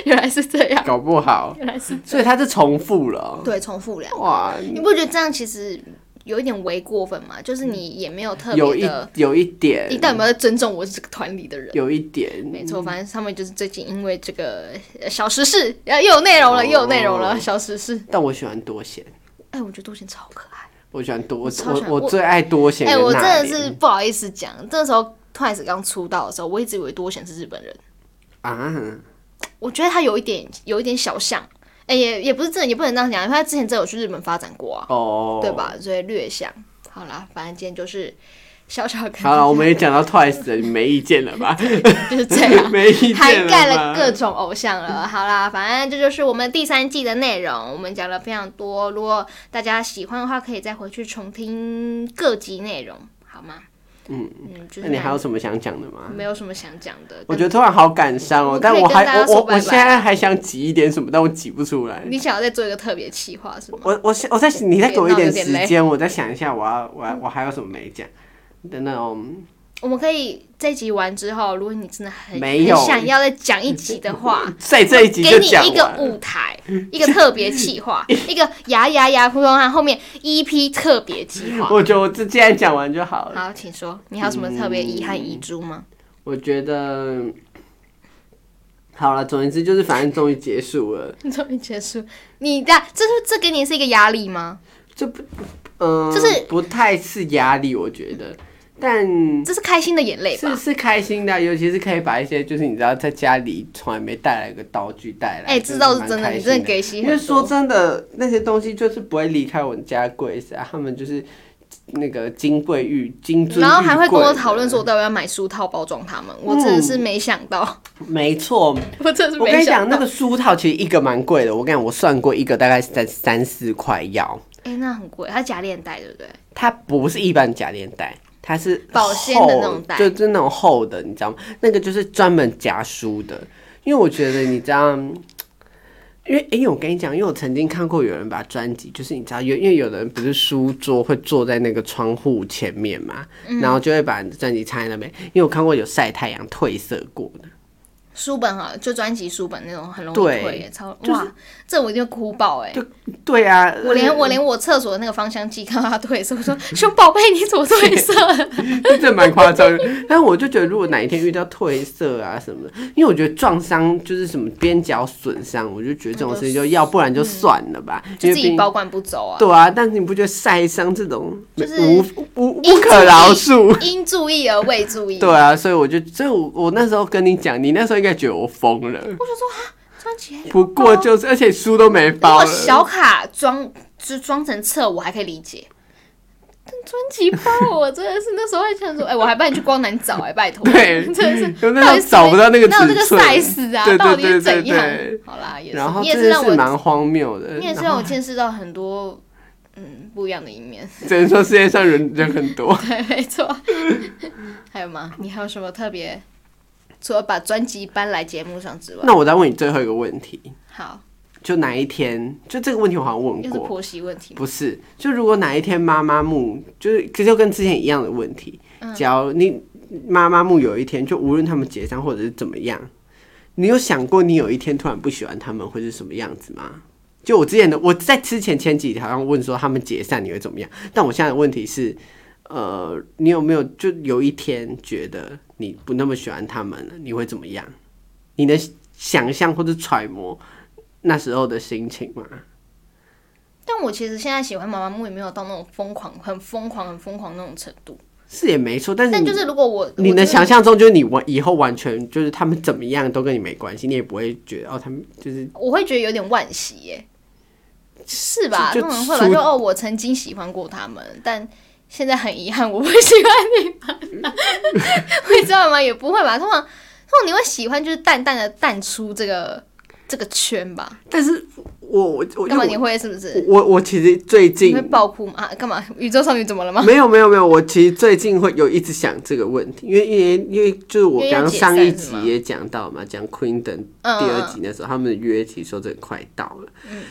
[SPEAKER 1] 原来是这样，
[SPEAKER 3] 搞不好，
[SPEAKER 1] 原来是
[SPEAKER 3] 所以他是重复了。
[SPEAKER 1] 对重复了。
[SPEAKER 3] 哇，
[SPEAKER 1] 你不觉得这样其实有一点为过分吗？就是你也没有特
[SPEAKER 3] 有
[SPEAKER 1] 别
[SPEAKER 3] 一
[SPEAKER 1] 的，
[SPEAKER 3] 有一
[SPEAKER 1] 你
[SPEAKER 3] 点，
[SPEAKER 1] 到底有没有在尊重我是这个团里的人？
[SPEAKER 3] 有一点，
[SPEAKER 1] 没错，反正他们就是最近因为这个呃小时事，呃又有内容了，
[SPEAKER 3] 哦
[SPEAKER 1] 又有内容了，小时事。
[SPEAKER 3] 但我喜欢多贤，
[SPEAKER 1] 哎，我觉得杜贤超可爱。
[SPEAKER 3] 我喜欢多，我
[SPEAKER 1] 超喜欢
[SPEAKER 3] 我
[SPEAKER 1] 我
[SPEAKER 3] 我最爱多贤。
[SPEAKER 1] 哎，
[SPEAKER 3] 跟
[SPEAKER 1] 我真
[SPEAKER 3] 娜
[SPEAKER 1] 的
[SPEAKER 3] 琳
[SPEAKER 1] 是不好意思讲，这时候 Twice 刚出道的时候，我一直以为多贤是日本人，
[SPEAKER 3] 啊，
[SPEAKER 1] 我觉得他有一点有一点小像，哎，也也不是真的，也不能这样讲，因为他之前真的有去日本发展过啊，
[SPEAKER 3] 哦，
[SPEAKER 1] 对？吧？所以略像。好啦，反正今天就是小小跟
[SPEAKER 3] 好 了，我们也讲到 Twice 了，你没意见了吧？
[SPEAKER 1] 就是这 样。
[SPEAKER 3] 没意见
[SPEAKER 1] 啊涵
[SPEAKER 3] 了
[SPEAKER 1] 盖
[SPEAKER 3] 吧
[SPEAKER 1] 了各种偶像了。好啦，反正这就是我们第三季的内容，我们讲了非常多。如果大家喜欢的话，可以再回去重听各集内容，好吗？嗯嗯，就
[SPEAKER 3] 那
[SPEAKER 1] 是
[SPEAKER 3] 你还有什么想讲的吗？
[SPEAKER 1] 没有什么想讲的。
[SPEAKER 3] 我觉得突然好感伤哦，但
[SPEAKER 1] 嗯我可以
[SPEAKER 3] 我还
[SPEAKER 1] 跟大家
[SPEAKER 3] 我我
[SPEAKER 1] 说拜拜
[SPEAKER 3] 我现在还想挤一点什么，但我挤不出来。
[SPEAKER 1] 你想要再做一个特别企划是吗？
[SPEAKER 3] 我我想我在你再给我一点时
[SPEAKER 1] 有点
[SPEAKER 3] 间，我再想一下，我要我要我还有什么没讲的那
[SPEAKER 1] 嗯
[SPEAKER 3] 种。
[SPEAKER 1] 我们可以这集完之后，如果你真的很
[SPEAKER 3] 没有
[SPEAKER 1] 很想要再讲一集的话，
[SPEAKER 3] 在这一集
[SPEAKER 1] 给
[SPEAKER 3] 就
[SPEAKER 1] 你
[SPEAKER 3] 讲
[SPEAKER 1] 一个
[SPEAKER 3] 完了。
[SPEAKER 1] 舞台，一个特别企 划，一个牙牙牙普通话后面 EP 特别企 划。
[SPEAKER 3] 我觉得我这既然讲完就好了。
[SPEAKER 1] 好，请说，你还有什么特别遗憾遗珠吗？
[SPEAKER 3] 我觉得好了，总而言之就是反正终于结束了。
[SPEAKER 1] 你终于结束，你的这是这给你是一个压力吗？
[SPEAKER 3] 嗯，
[SPEAKER 1] 就是
[SPEAKER 3] 不太是压力，我觉得，但
[SPEAKER 1] 这是开心的眼泪吧
[SPEAKER 3] 嗯是？是开心的啊，尤其是可以把一些就是你知道在家里从来没带来的道具带来，
[SPEAKER 1] 哎、这倒是真的，
[SPEAKER 3] 蛮
[SPEAKER 1] 你
[SPEAKER 3] 开心
[SPEAKER 1] 真的给心
[SPEAKER 3] 因
[SPEAKER 1] 很
[SPEAKER 3] 为
[SPEAKER 1] 多。
[SPEAKER 3] 说真的，那些东西就是不会离开我家柜子啊，他们就是那个金贵玉金尊，
[SPEAKER 1] 然后还会跟我讨论说，我到底要买书套包装他们，我真的是没想到，
[SPEAKER 3] 没错，
[SPEAKER 1] 我真的是
[SPEAKER 3] 嗯我跟
[SPEAKER 1] 没
[SPEAKER 3] 你讲，
[SPEAKER 1] 想
[SPEAKER 3] 那
[SPEAKER 1] 到。
[SPEAKER 3] 个书套其实一个蛮贵的，我跟你讲，我算过一个大概三三四块要，
[SPEAKER 1] 哎、那很贵，它假链带对不对？
[SPEAKER 3] 它不是一般假链带。它是
[SPEAKER 1] 保鲜的那种
[SPEAKER 3] 厚
[SPEAKER 1] 带
[SPEAKER 3] 就就是那种厚的，你知道吗？那个就是专门夹书的，因为我觉得你知道，因为因为我跟你讲，因为我曾经看过有人把专辑，就是你知道，有因为有的人不是书桌会坐在那个窗户前面嘛，
[SPEAKER 1] 嗯
[SPEAKER 3] 然后就会把专辑插在那边。因为我看过有晒太阳褪色过的，
[SPEAKER 1] 书本好了，就专辑书本那种很容易
[SPEAKER 3] 对
[SPEAKER 1] 退耶，超、
[SPEAKER 3] 就是
[SPEAKER 1] 哇，这我一定会哭爆哎！
[SPEAKER 3] 对啊，
[SPEAKER 1] 我连我连我厕所的那个芳香剂看到它褪色，我 说熊宝贝你怎么褪色？
[SPEAKER 3] 这真的蛮夸张的。但我就觉得，如果哪一天遇到褪色啊什么的，因为我觉得撞伤就是什么边角损伤，我就觉得这种事情就要不然就算了吧，因
[SPEAKER 1] 就
[SPEAKER 3] 为
[SPEAKER 1] 嗯自
[SPEAKER 3] 毕
[SPEAKER 1] 己
[SPEAKER 3] 竟
[SPEAKER 1] 保管不走啊。
[SPEAKER 3] 对啊，但是你不觉得晒伤这种
[SPEAKER 1] 就是
[SPEAKER 3] 无无无可饶恕？
[SPEAKER 1] 因注意而未注意。
[SPEAKER 3] 对啊，所以我就，所以我我那时候跟你讲，你那时候应该觉得我疯了。
[SPEAKER 1] 我想说啊，专辑还
[SPEAKER 3] 不过就是，而且书都没
[SPEAKER 1] 如
[SPEAKER 3] 包
[SPEAKER 1] 果
[SPEAKER 3] 了，
[SPEAKER 1] 小卡装就装成册，我还可以理解。但专辑包，我真的是那时候还想说，哎、我还帮你去光南找、哎，拜托，
[SPEAKER 3] 对
[SPEAKER 1] 真的是
[SPEAKER 3] 有
[SPEAKER 1] 到
[SPEAKER 3] 那
[SPEAKER 1] 底
[SPEAKER 3] 时
[SPEAKER 1] 是
[SPEAKER 3] 候找不到那个
[SPEAKER 1] 哪有这
[SPEAKER 3] 尺
[SPEAKER 1] 个
[SPEAKER 3] 寸，
[SPEAKER 1] size 啊？
[SPEAKER 3] 对
[SPEAKER 1] 到
[SPEAKER 3] 对
[SPEAKER 1] 底是
[SPEAKER 3] 对对
[SPEAKER 1] 怎样？
[SPEAKER 3] 对。
[SPEAKER 1] 好啦，也是
[SPEAKER 3] 然，后
[SPEAKER 1] 你也
[SPEAKER 3] 真
[SPEAKER 1] 是
[SPEAKER 3] 的
[SPEAKER 1] 让
[SPEAKER 3] 是
[SPEAKER 1] 我，
[SPEAKER 3] 蛮荒谬的，
[SPEAKER 1] 你也是
[SPEAKER 3] 然
[SPEAKER 1] 让
[SPEAKER 3] 后
[SPEAKER 1] 我见识到很多嗯不一样的一面。
[SPEAKER 3] 只能说世界上人人很多。
[SPEAKER 1] 对，没错。 还有吗？你还有什么特别？除了把专辑搬来节目上之外，
[SPEAKER 3] 那我再问你最后一个问题，
[SPEAKER 1] 好，
[SPEAKER 3] 就哪一天？就这个问题我好像问
[SPEAKER 1] 又是
[SPEAKER 3] 过，
[SPEAKER 1] 婆媳问题吗。
[SPEAKER 3] 不是？就如果哪一天妈妈木，就是这就跟之前一样的问题，只要你妈妈木有一天，就无论他们解散或者是怎么样，你有想过你有一天突然不喜欢他们会是什么样子吗？就我之前的，我在之前前几集好像问说他们解散你会怎么样，但我现在的问题是，呃，你有没有就有一天觉得你不那么喜欢他们了，你会怎么样？你能想象或者揣摩那时候的心情吗？
[SPEAKER 1] 但我其实现在喜欢妈妈木也没有到那种疯狂、很疯狂、很疯狂那种程度。
[SPEAKER 3] 是也没错，但是
[SPEAKER 1] 但
[SPEAKER 3] 你
[SPEAKER 1] 就是如果我
[SPEAKER 3] 你
[SPEAKER 1] 我真
[SPEAKER 3] 能
[SPEAKER 1] 的
[SPEAKER 3] 想象中，就是你完以后完全就是他们怎么样都跟你没关系，你也不会觉得哦，他们就是
[SPEAKER 1] 我会觉得有点惋惜耶，是吧？
[SPEAKER 3] 就
[SPEAKER 1] 那
[SPEAKER 3] 就
[SPEAKER 1] 种会吧？
[SPEAKER 3] 出
[SPEAKER 1] 就哦，我曾经喜欢过他们，但现在很遗憾，我不喜欢 你们了，你知道吗？也不会 吧？通常通常你会喜欢就是淡淡的淡出这个这个圈吧。
[SPEAKER 3] 但是我我我
[SPEAKER 1] 干嘛
[SPEAKER 3] 因
[SPEAKER 1] 你
[SPEAKER 3] 为
[SPEAKER 1] 会是不是？
[SPEAKER 3] 我我我其实最
[SPEAKER 1] 你
[SPEAKER 3] 近
[SPEAKER 1] 会爆哭吗？啊，干嘛？宇宙少女怎么了吗？
[SPEAKER 3] 没有没有没有，我其实最近会有一直想这个问题，因为因为因为就是我
[SPEAKER 1] 因为要
[SPEAKER 3] 刚刚
[SPEAKER 1] 解
[SPEAKER 3] 上一
[SPEAKER 1] 散是
[SPEAKER 3] 集
[SPEAKER 1] 吗
[SPEAKER 3] 也讲到嘛，讲 Queen 等
[SPEAKER 1] 嗯
[SPEAKER 3] 第二集那时候，他们的约期说真的快到了，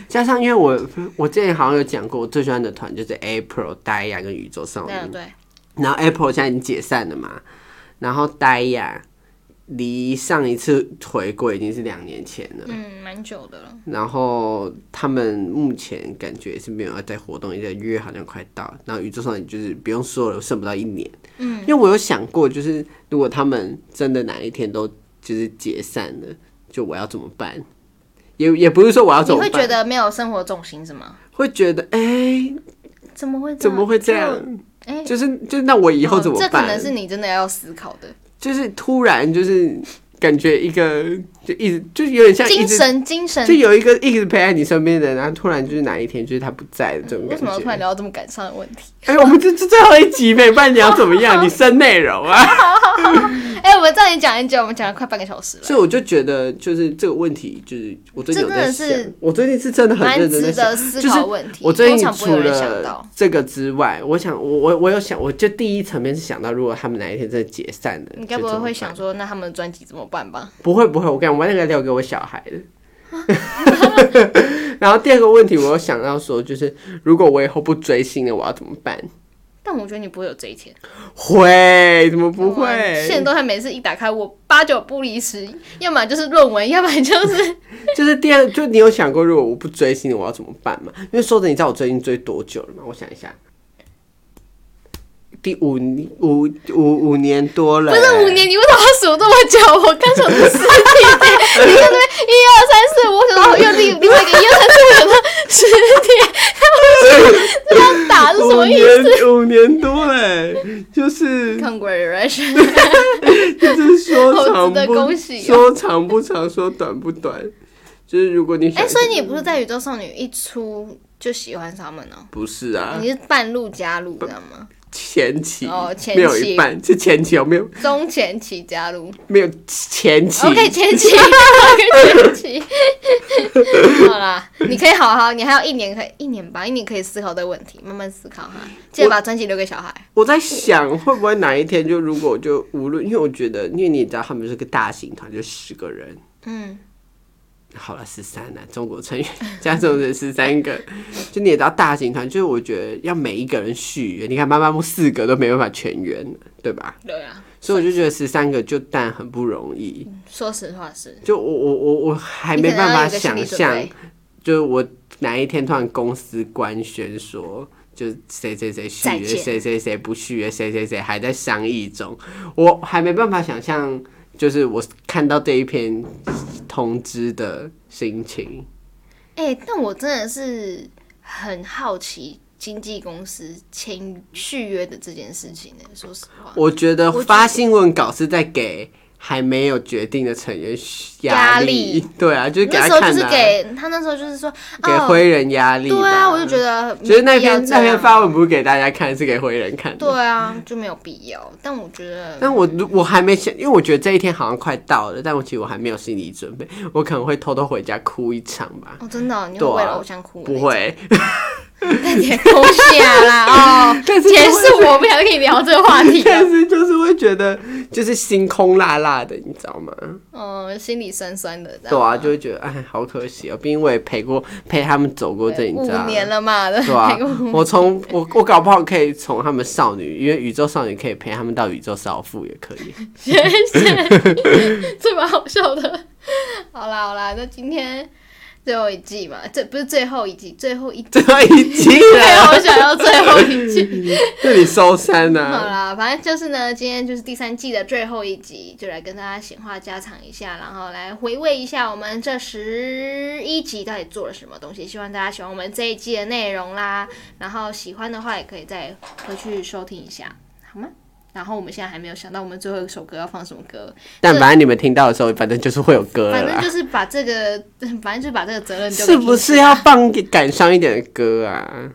[SPEAKER 3] 加上因为我我之前好像有讲过，我最喜欢的团就是 April、呆呀跟宇宙少女
[SPEAKER 1] 对，啊对，
[SPEAKER 3] 然后 April 现在已经解散了嘛，然后呆呀离上一次回归已经是两年前了。
[SPEAKER 1] 嗯，蛮久的了。
[SPEAKER 3] 然后他们目前感觉也是没有要在活动，也在约好像快到了，然后宇宙少女就是不用说了，剩不到一年。嗯，因为我有想过，就是如果他们真的哪一天都就是解散了，就我要怎么办？也也不是说我要
[SPEAKER 1] 你
[SPEAKER 3] 怎么
[SPEAKER 1] 会
[SPEAKER 3] 办，
[SPEAKER 1] 觉得没有生活重心是吗？
[SPEAKER 3] 会觉得哎、
[SPEAKER 1] 怎么会这样
[SPEAKER 3] 怎么会这样？
[SPEAKER 1] 哎哦
[SPEAKER 3] 就是就是那我以后怎么
[SPEAKER 1] 这
[SPEAKER 3] 办？
[SPEAKER 1] 可能是你真的要思考的，
[SPEAKER 3] 就是突然就是感觉一个就一直就是有点像一
[SPEAKER 1] 精
[SPEAKER 3] 直。
[SPEAKER 1] 神精神
[SPEAKER 3] 就。有一个一直陪在你身边的人，然后突然就是哪一天就是他不在的这种
[SPEAKER 1] 为
[SPEAKER 3] 感
[SPEAKER 1] 什么要突
[SPEAKER 3] 觉
[SPEAKER 1] 然。聊到这么感伤的问题？
[SPEAKER 3] 哎、我们这这最后一集陪伴你要怎么样？你生内容 啊！
[SPEAKER 1] 哎、我们这样讲一讲，我们讲了快半个小时了，
[SPEAKER 3] 所以我就觉得，就是这个问题，就是我最近有在想
[SPEAKER 1] 这真的是，
[SPEAKER 3] 我最近是真的很
[SPEAKER 1] 蛮
[SPEAKER 3] 认真
[SPEAKER 1] 值
[SPEAKER 3] 在
[SPEAKER 1] 得
[SPEAKER 3] 想。
[SPEAKER 1] 思
[SPEAKER 3] 就是
[SPEAKER 1] 考的问题。
[SPEAKER 3] 我最
[SPEAKER 1] 通
[SPEAKER 3] 近
[SPEAKER 1] 常不会
[SPEAKER 3] 除
[SPEAKER 1] 有人想到
[SPEAKER 3] 了，这个之外，我想，我我我有想，我就第一层面是想到，如果他们哪一天真的解散了，
[SPEAKER 1] 你该不
[SPEAKER 3] 就
[SPEAKER 1] 会
[SPEAKER 3] 怎么
[SPEAKER 1] 会
[SPEAKER 3] 办
[SPEAKER 1] 想？说，那他们的专辑怎么办吧？
[SPEAKER 3] 不会不会，我跟你讲我那个留给我小孩的。 然后第二个问题，我有想到说，就是如果我以后不追星了，我要怎么办？
[SPEAKER 1] 但我觉得你不会有这一天，
[SPEAKER 3] 会，怎么不
[SPEAKER 1] 我现在
[SPEAKER 3] 会？
[SPEAKER 1] 都还每次一打开，我八九不离十，要么就是论文，要不然 就是
[SPEAKER 3] 就是第二，就你有想过，如果我不追星，我要怎么办吗？因为说真的，你知道我最近追多久了吗？我想一下，第五五五五年多了、欸
[SPEAKER 1] 不是五。年，你为什么要数这么久？我刚想说十天，你 在那边一二三四，我想到又另另外一个一二三四，我想到十天，这样打是什
[SPEAKER 3] 五
[SPEAKER 1] 么意
[SPEAKER 3] 年
[SPEAKER 1] 思？
[SPEAKER 3] 五年多嘞，就是就
[SPEAKER 1] Congratulations！
[SPEAKER 3] 是说
[SPEAKER 1] 好
[SPEAKER 3] 长
[SPEAKER 1] 值得
[SPEAKER 3] 不
[SPEAKER 1] 恭喜哦
[SPEAKER 3] 说长不长，说短不短，就是如果你
[SPEAKER 1] 哎、
[SPEAKER 3] 想，
[SPEAKER 1] 所以你不是在宇宙少女一出就喜欢他们哦、
[SPEAKER 3] 不是啊，
[SPEAKER 1] 你是半路加入，知道吗？
[SPEAKER 3] 前期
[SPEAKER 1] 哦前
[SPEAKER 3] 没有
[SPEAKER 1] 期
[SPEAKER 3] 一半是前期有哦没有
[SPEAKER 1] 中前期加入
[SPEAKER 3] 没有前期
[SPEAKER 1] ，OK 前 期，OK 前期。 好啦，你可以好好，你还有一年可以一年吧，一年可以思考这个问题，慢慢思考哈。记得把专辑留给小孩。
[SPEAKER 3] 我在想，会不会哪一天就如果我就无论，因为我觉得，因为你知道他们是个大型团，就十个人，
[SPEAKER 1] 嗯，
[SPEAKER 3] 好了，十三了，中国成员加中人十三个， 就你也知道大型团，就是我觉得要每一个人续约，你看妈妈木四个都没办法全员，对吧？
[SPEAKER 1] 对啊，
[SPEAKER 3] 所以我就觉得十三个就但很不容易，
[SPEAKER 1] 说实话是，
[SPEAKER 3] 就我我我我还
[SPEAKER 1] 你
[SPEAKER 3] 没
[SPEAKER 1] 可能
[SPEAKER 3] 办
[SPEAKER 1] 要有
[SPEAKER 3] 法
[SPEAKER 1] 一个心
[SPEAKER 3] 想
[SPEAKER 1] 理准
[SPEAKER 3] 象
[SPEAKER 1] 备。
[SPEAKER 3] 就是我哪一天突然公司官宣说，就是谁谁谁续
[SPEAKER 1] 再
[SPEAKER 3] 约，
[SPEAKER 1] 见
[SPEAKER 3] 谁谁谁不续约，谁谁谁还在商议中，我还没办法想象，就是我看到这一篇通知的心情。
[SPEAKER 1] 哎、但我真的是很好奇经纪公司签续约的这件事情呢、说实话，
[SPEAKER 3] 我觉得
[SPEAKER 1] 我觉得
[SPEAKER 3] 发新闻稿是在给还没有决定的成员
[SPEAKER 1] 压
[SPEAKER 3] 力，
[SPEAKER 1] 力
[SPEAKER 3] 对啊，就是给
[SPEAKER 1] 那
[SPEAKER 3] 他
[SPEAKER 1] 时候
[SPEAKER 3] 看
[SPEAKER 1] 就
[SPEAKER 3] 的、
[SPEAKER 1] 是
[SPEAKER 3] 啊，
[SPEAKER 1] 给他那时候就是说，
[SPEAKER 3] 给
[SPEAKER 1] 哦，
[SPEAKER 3] 灰人压力吧。
[SPEAKER 1] 对啊，我就觉得
[SPEAKER 3] 就是那
[SPEAKER 1] 没必要
[SPEAKER 3] 篇
[SPEAKER 1] 这
[SPEAKER 3] 那篇
[SPEAKER 1] 样啊
[SPEAKER 3] 发文不是给大家看，是给灰人看的。
[SPEAKER 1] 对啊，就没有必要。但我觉得
[SPEAKER 3] 但我如我还没想，因为我觉得这一天好像快到了，但我其实我还没有心理准备，我可能会偷偷回家哭一场吧。
[SPEAKER 1] 哦，真的哦、你会
[SPEAKER 3] 对啊
[SPEAKER 1] 为了偶像哭？
[SPEAKER 3] 不，会，
[SPEAKER 1] 那你哭下啦哦。
[SPEAKER 3] 但是
[SPEAKER 1] 解
[SPEAKER 3] 就
[SPEAKER 1] 释
[SPEAKER 3] 会，
[SPEAKER 1] 我不想跟你聊这个话 题
[SPEAKER 3] 但
[SPEAKER 1] 了，
[SPEAKER 3] 是就是会觉得就是心空落落的，你知道吗？
[SPEAKER 1] 嗯，心里酸酸的。这样
[SPEAKER 3] 对啊，就会觉得哎，好可惜哦、毕竟我也陪过陪他们走过这，你
[SPEAKER 1] 五
[SPEAKER 3] 知道吗？
[SPEAKER 1] 年了嘛，对，
[SPEAKER 3] 对啊 我从我我搞不好可以从他们少女，因为宇宙少女可以陪他们到宇宙少妇也可以。
[SPEAKER 1] 谢谢， 这蛮好笑的。好啦好啦，那今天最后一季嘛，这不是最后一季，最后一季，
[SPEAKER 3] 最后一集
[SPEAKER 1] 对，
[SPEAKER 3] 了，
[SPEAKER 1] 我想要最后一季。
[SPEAKER 3] 这里收山啊 呢、
[SPEAKER 1] 好啦，反正就是呢，今天就是第三季的最后一集，就来跟大家闲话家常一下，然后来回味一下我们这十一集到底做了什么东西。希望大家喜欢我们这一季的内容啦，然后喜欢的话也可以再回去收听一下，好吗？然后我们现在还没有想到我们最后一首歌要放什么歌，
[SPEAKER 3] 但反正你们听到的时候，反正就是会有歌了
[SPEAKER 1] 反正
[SPEAKER 3] 啦。
[SPEAKER 1] 就是把这个， 反正就是把这个责任丢给
[SPEAKER 3] 是不是
[SPEAKER 1] Kingston
[SPEAKER 3] 要放给感伤一点的歌啊？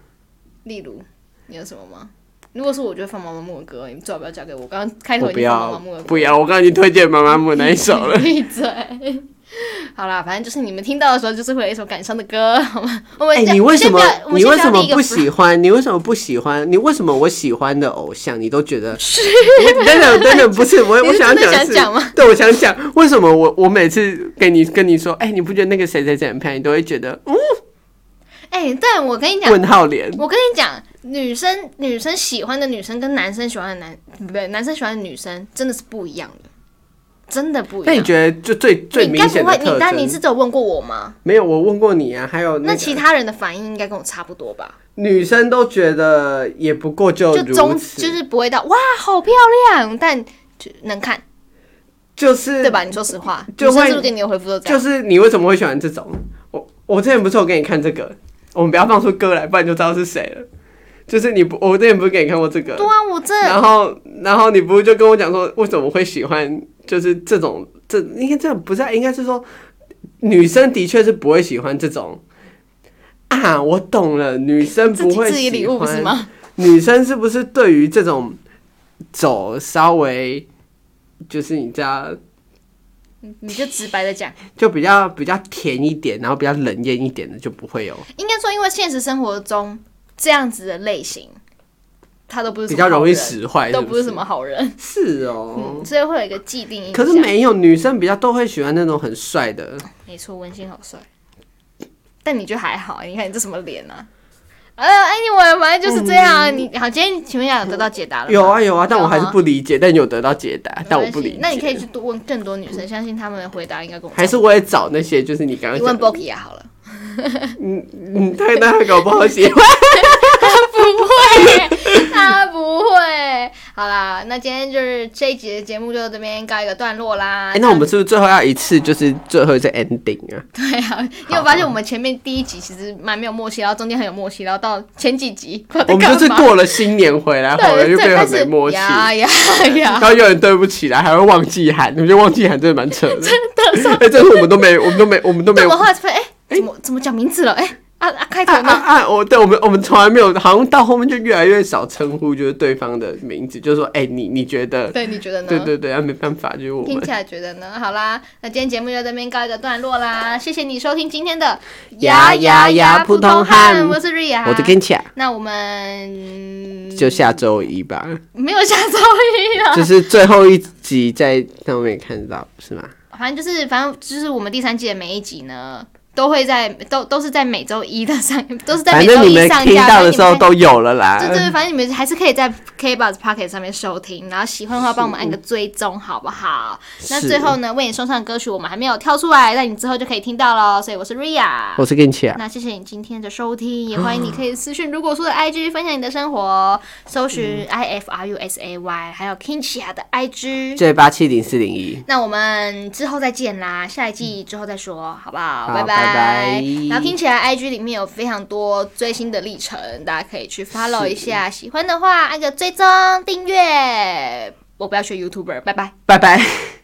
[SPEAKER 1] 例如，你有什么吗？如果是我就会放毛毛木的歌，你最好不要交给我。我刚刚开头
[SPEAKER 3] 我
[SPEAKER 1] 已
[SPEAKER 3] 不
[SPEAKER 1] 经放毛毛
[SPEAKER 3] 要
[SPEAKER 1] 木的，歌，
[SPEAKER 3] 不要！我刚刚已经推荐妈妈木那一首了。
[SPEAKER 1] 闭嘴。好啦，反正就是你们听到的时候，就是会有一首感伤的歌，好吗？ 我们
[SPEAKER 3] 哎、
[SPEAKER 1] 先、
[SPEAKER 3] 你为什么
[SPEAKER 1] 先不要我们
[SPEAKER 3] 你
[SPEAKER 1] 先
[SPEAKER 3] 为
[SPEAKER 1] 不要
[SPEAKER 3] 什么
[SPEAKER 1] 立一个
[SPEAKER 3] 不
[SPEAKER 1] flag
[SPEAKER 3] 喜欢？你为什么不喜欢？你为什么我喜欢的偶像，你都觉得？我等等等等，不是我，
[SPEAKER 1] 你
[SPEAKER 3] 我
[SPEAKER 1] 是
[SPEAKER 3] 想
[SPEAKER 1] 真的
[SPEAKER 3] 讲
[SPEAKER 1] 想
[SPEAKER 3] 是
[SPEAKER 1] 讲吗，
[SPEAKER 3] 对，我想讲为什么我我每次跟你跟你说，哎、你不觉得那个谁谁谁很漂亮，你都会觉得嗯
[SPEAKER 1] 哎、但我跟你讲，
[SPEAKER 3] 问号脸？
[SPEAKER 1] 我跟你讲，女生女生喜欢的女生跟男生喜欢的男，不对，男生喜欢的女生真的是不一样的，真的不一
[SPEAKER 3] 那你
[SPEAKER 1] 样。
[SPEAKER 3] 觉得就最最
[SPEAKER 1] 你
[SPEAKER 3] 明
[SPEAKER 1] 该
[SPEAKER 3] 显
[SPEAKER 1] 不
[SPEAKER 3] 的
[SPEAKER 1] 会，你
[SPEAKER 3] 特
[SPEAKER 1] 但你是
[SPEAKER 3] 征？
[SPEAKER 1] 只有问过我吗？
[SPEAKER 3] 没有，我问过你啊，还有
[SPEAKER 1] 那
[SPEAKER 3] 个
[SPEAKER 1] 其他人的反应应该跟我差不多吧？
[SPEAKER 3] 女生都觉得也不过就
[SPEAKER 1] 就中
[SPEAKER 3] 哦如此，
[SPEAKER 1] 就是不会到哇，好漂亮，但就能看
[SPEAKER 3] 就是
[SPEAKER 1] 对吧？你说实话，
[SPEAKER 3] 就
[SPEAKER 1] 女生
[SPEAKER 3] 会
[SPEAKER 1] 是不是给你的回复都这
[SPEAKER 3] 就
[SPEAKER 1] 样？
[SPEAKER 3] 是你为什么会喜欢这种？我我之前不是有给你看这个，我们不要放出歌来，不然就知道是谁了。就是你不，我之前不是给你看过这个
[SPEAKER 1] 对，啊，我这
[SPEAKER 3] 然后然后你不是就跟我讲说为什么会喜欢，就是这种这应该这不是啊，应该是说女生的确是不会喜欢这种啊，我懂了，女生
[SPEAKER 1] 自
[SPEAKER 3] 不
[SPEAKER 1] 己
[SPEAKER 3] 会
[SPEAKER 1] 自己礼
[SPEAKER 3] 喜
[SPEAKER 1] 物不是
[SPEAKER 3] 欢，
[SPEAKER 1] 吗？
[SPEAKER 3] 女生是不是对于这种走稍微就是你知道
[SPEAKER 1] 你就直白的讲，
[SPEAKER 3] 就比较比较甜一点，然后比较冷艳一点的就不会有，
[SPEAKER 1] 应该说，因为现实生活中这样子的类型，他都不是什
[SPEAKER 3] 比
[SPEAKER 1] 么
[SPEAKER 3] 较容易
[SPEAKER 1] 好人
[SPEAKER 3] 使坏，
[SPEAKER 1] 都不是什
[SPEAKER 3] 么
[SPEAKER 1] 么嗯好人，
[SPEAKER 3] 是哦。
[SPEAKER 1] 嗯，所以会有一个既定印象。
[SPEAKER 3] 可是没有女生比较都会喜欢那种很帅的，
[SPEAKER 1] 没错，文心好帅，但你就还好，你看你这什么脸啊？呃，anyway，反正就是这样啊。你好，今天请问一下有得到解答了吗？
[SPEAKER 3] 嗯有啊有啊，但我
[SPEAKER 1] 有啊
[SPEAKER 3] 还是不理解，但有得到解答，但我
[SPEAKER 1] 没关系
[SPEAKER 3] 不理解。
[SPEAKER 1] 那你可以去多问更多女生，相信她们的回答应该跟我差
[SPEAKER 3] 还是
[SPEAKER 1] 不
[SPEAKER 3] 我也找那些，就是你刚
[SPEAKER 1] 多你
[SPEAKER 3] 刚
[SPEAKER 1] 问
[SPEAKER 3] 讲
[SPEAKER 1] b o k i 也好了。
[SPEAKER 3] 嗯，他那他搞不好 喜欢。
[SPEAKER 1] 不会，他不会。好啦，那今天就是这一集的节目就到这边告一个段落啦。
[SPEAKER 3] 哎，那我们是不是最后要一次，就是最后一次 ending 啊？
[SPEAKER 1] 对啊，你有发现我们前面第一集其实蛮没有默契，然后中间很有默契，然后到前几集不知道在
[SPEAKER 3] 我们就是
[SPEAKER 1] 干嘛
[SPEAKER 3] 过了新年回来后，
[SPEAKER 1] 对
[SPEAKER 3] 就
[SPEAKER 1] 对，
[SPEAKER 3] 变得
[SPEAKER 1] 但
[SPEAKER 3] 很
[SPEAKER 1] 是
[SPEAKER 3] 没默契，
[SPEAKER 1] 呀呀呀
[SPEAKER 3] 然！后有点对不起来，还会忘记喊，我觉得忘记喊真的蛮扯 的。真的，哎，真的我们都没，我们都没，我们都没
[SPEAKER 1] 但
[SPEAKER 3] 有
[SPEAKER 1] 我后来发现，哎、怎么怎么讲名字了？哎、啊啊，开头
[SPEAKER 3] 啊
[SPEAKER 1] 呢？
[SPEAKER 3] 啊啊！我对我们我们从来没有，好像到后面就越来越少称呼就是对方的名字，就说哎、你你觉得？
[SPEAKER 1] 对，你觉得呢？
[SPEAKER 3] 对对对，啊没办法，就是我
[SPEAKER 1] 听
[SPEAKER 3] 们
[SPEAKER 1] 起来觉得呢？好啦，那今天节目就到这边告一个段落啦。谢谢你收听今天的
[SPEAKER 3] 呀呀呀
[SPEAKER 1] 普
[SPEAKER 3] 普
[SPEAKER 1] 通
[SPEAKER 3] 通汉
[SPEAKER 1] 我是瑞亚，
[SPEAKER 3] 我的 Gencha
[SPEAKER 1] 那我们
[SPEAKER 3] 就下周一吧，
[SPEAKER 1] 没有下周一了，
[SPEAKER 3] 就是最后一集在上面看到是吗？
[SPEAKER 1] 反正就是反正就是我们第三季的每一集呢。都会在都都是在每周一的上，都是在
[SPEAKER 3] 反
[SPEAKER 1] 每
[SPEAKER 3] 正
[SPEAKER 1] 周
[SPEAKER 3] 你
[SPEAKER 1] 一
[SPEAKER 3] 们
[SPEAKER 1] 上
[SPEAKER 3] 听
[SPEAKER 1] 架。
[SPEAKER 3] 到
[SPEAKER 1] 所以
[SPEAKER 3] 的
[SPEAKER 1] 你
[SPEAKER 3] 时候
[SPEAKER 1] 们
[SPEAKER 3] 都啊嗯有了啦。
[SPEAKER 1] 对对，对反正你们还是可以在 KBox Pocket 上面收听，然后喜欢的话帮我们按个追踪，好不好？那
[SPEAKER 3] 是
[SPEAKER 1] 最后呢，为你送上的歌曲我们还没有挑出来，但你之后就可以听到喽。所以我是 Ria，
[SPEAKER 3] 我是 Gencha，
[SPEAKER 1] 那谢谢你今天的收听，也欢迎你可以私讯如果说
[SPEAKER 3] 哦
[SPEAKER 1] 的 IG 分享你的生活，搜寻 I F R U S A Y，还有 Kinchia 的 IG。
[SPEAKER 3] 这八七零四零一，
[SPEAKER 1] 那我们之后再见啦，下一季之后再说，好不好？
[SPEAKER 3] 好
[SPEAKER 1] 拜
[SPEAKER 3] 拜拜
[SPEAKER 1] 然后听起来 IG 里面有非常多追星的历程，大家可以去 follow 一下。喜欢的话按个追踪订阅。我不要学 YouTuber，拜拜。
[SPEAKER 3] 拜拜。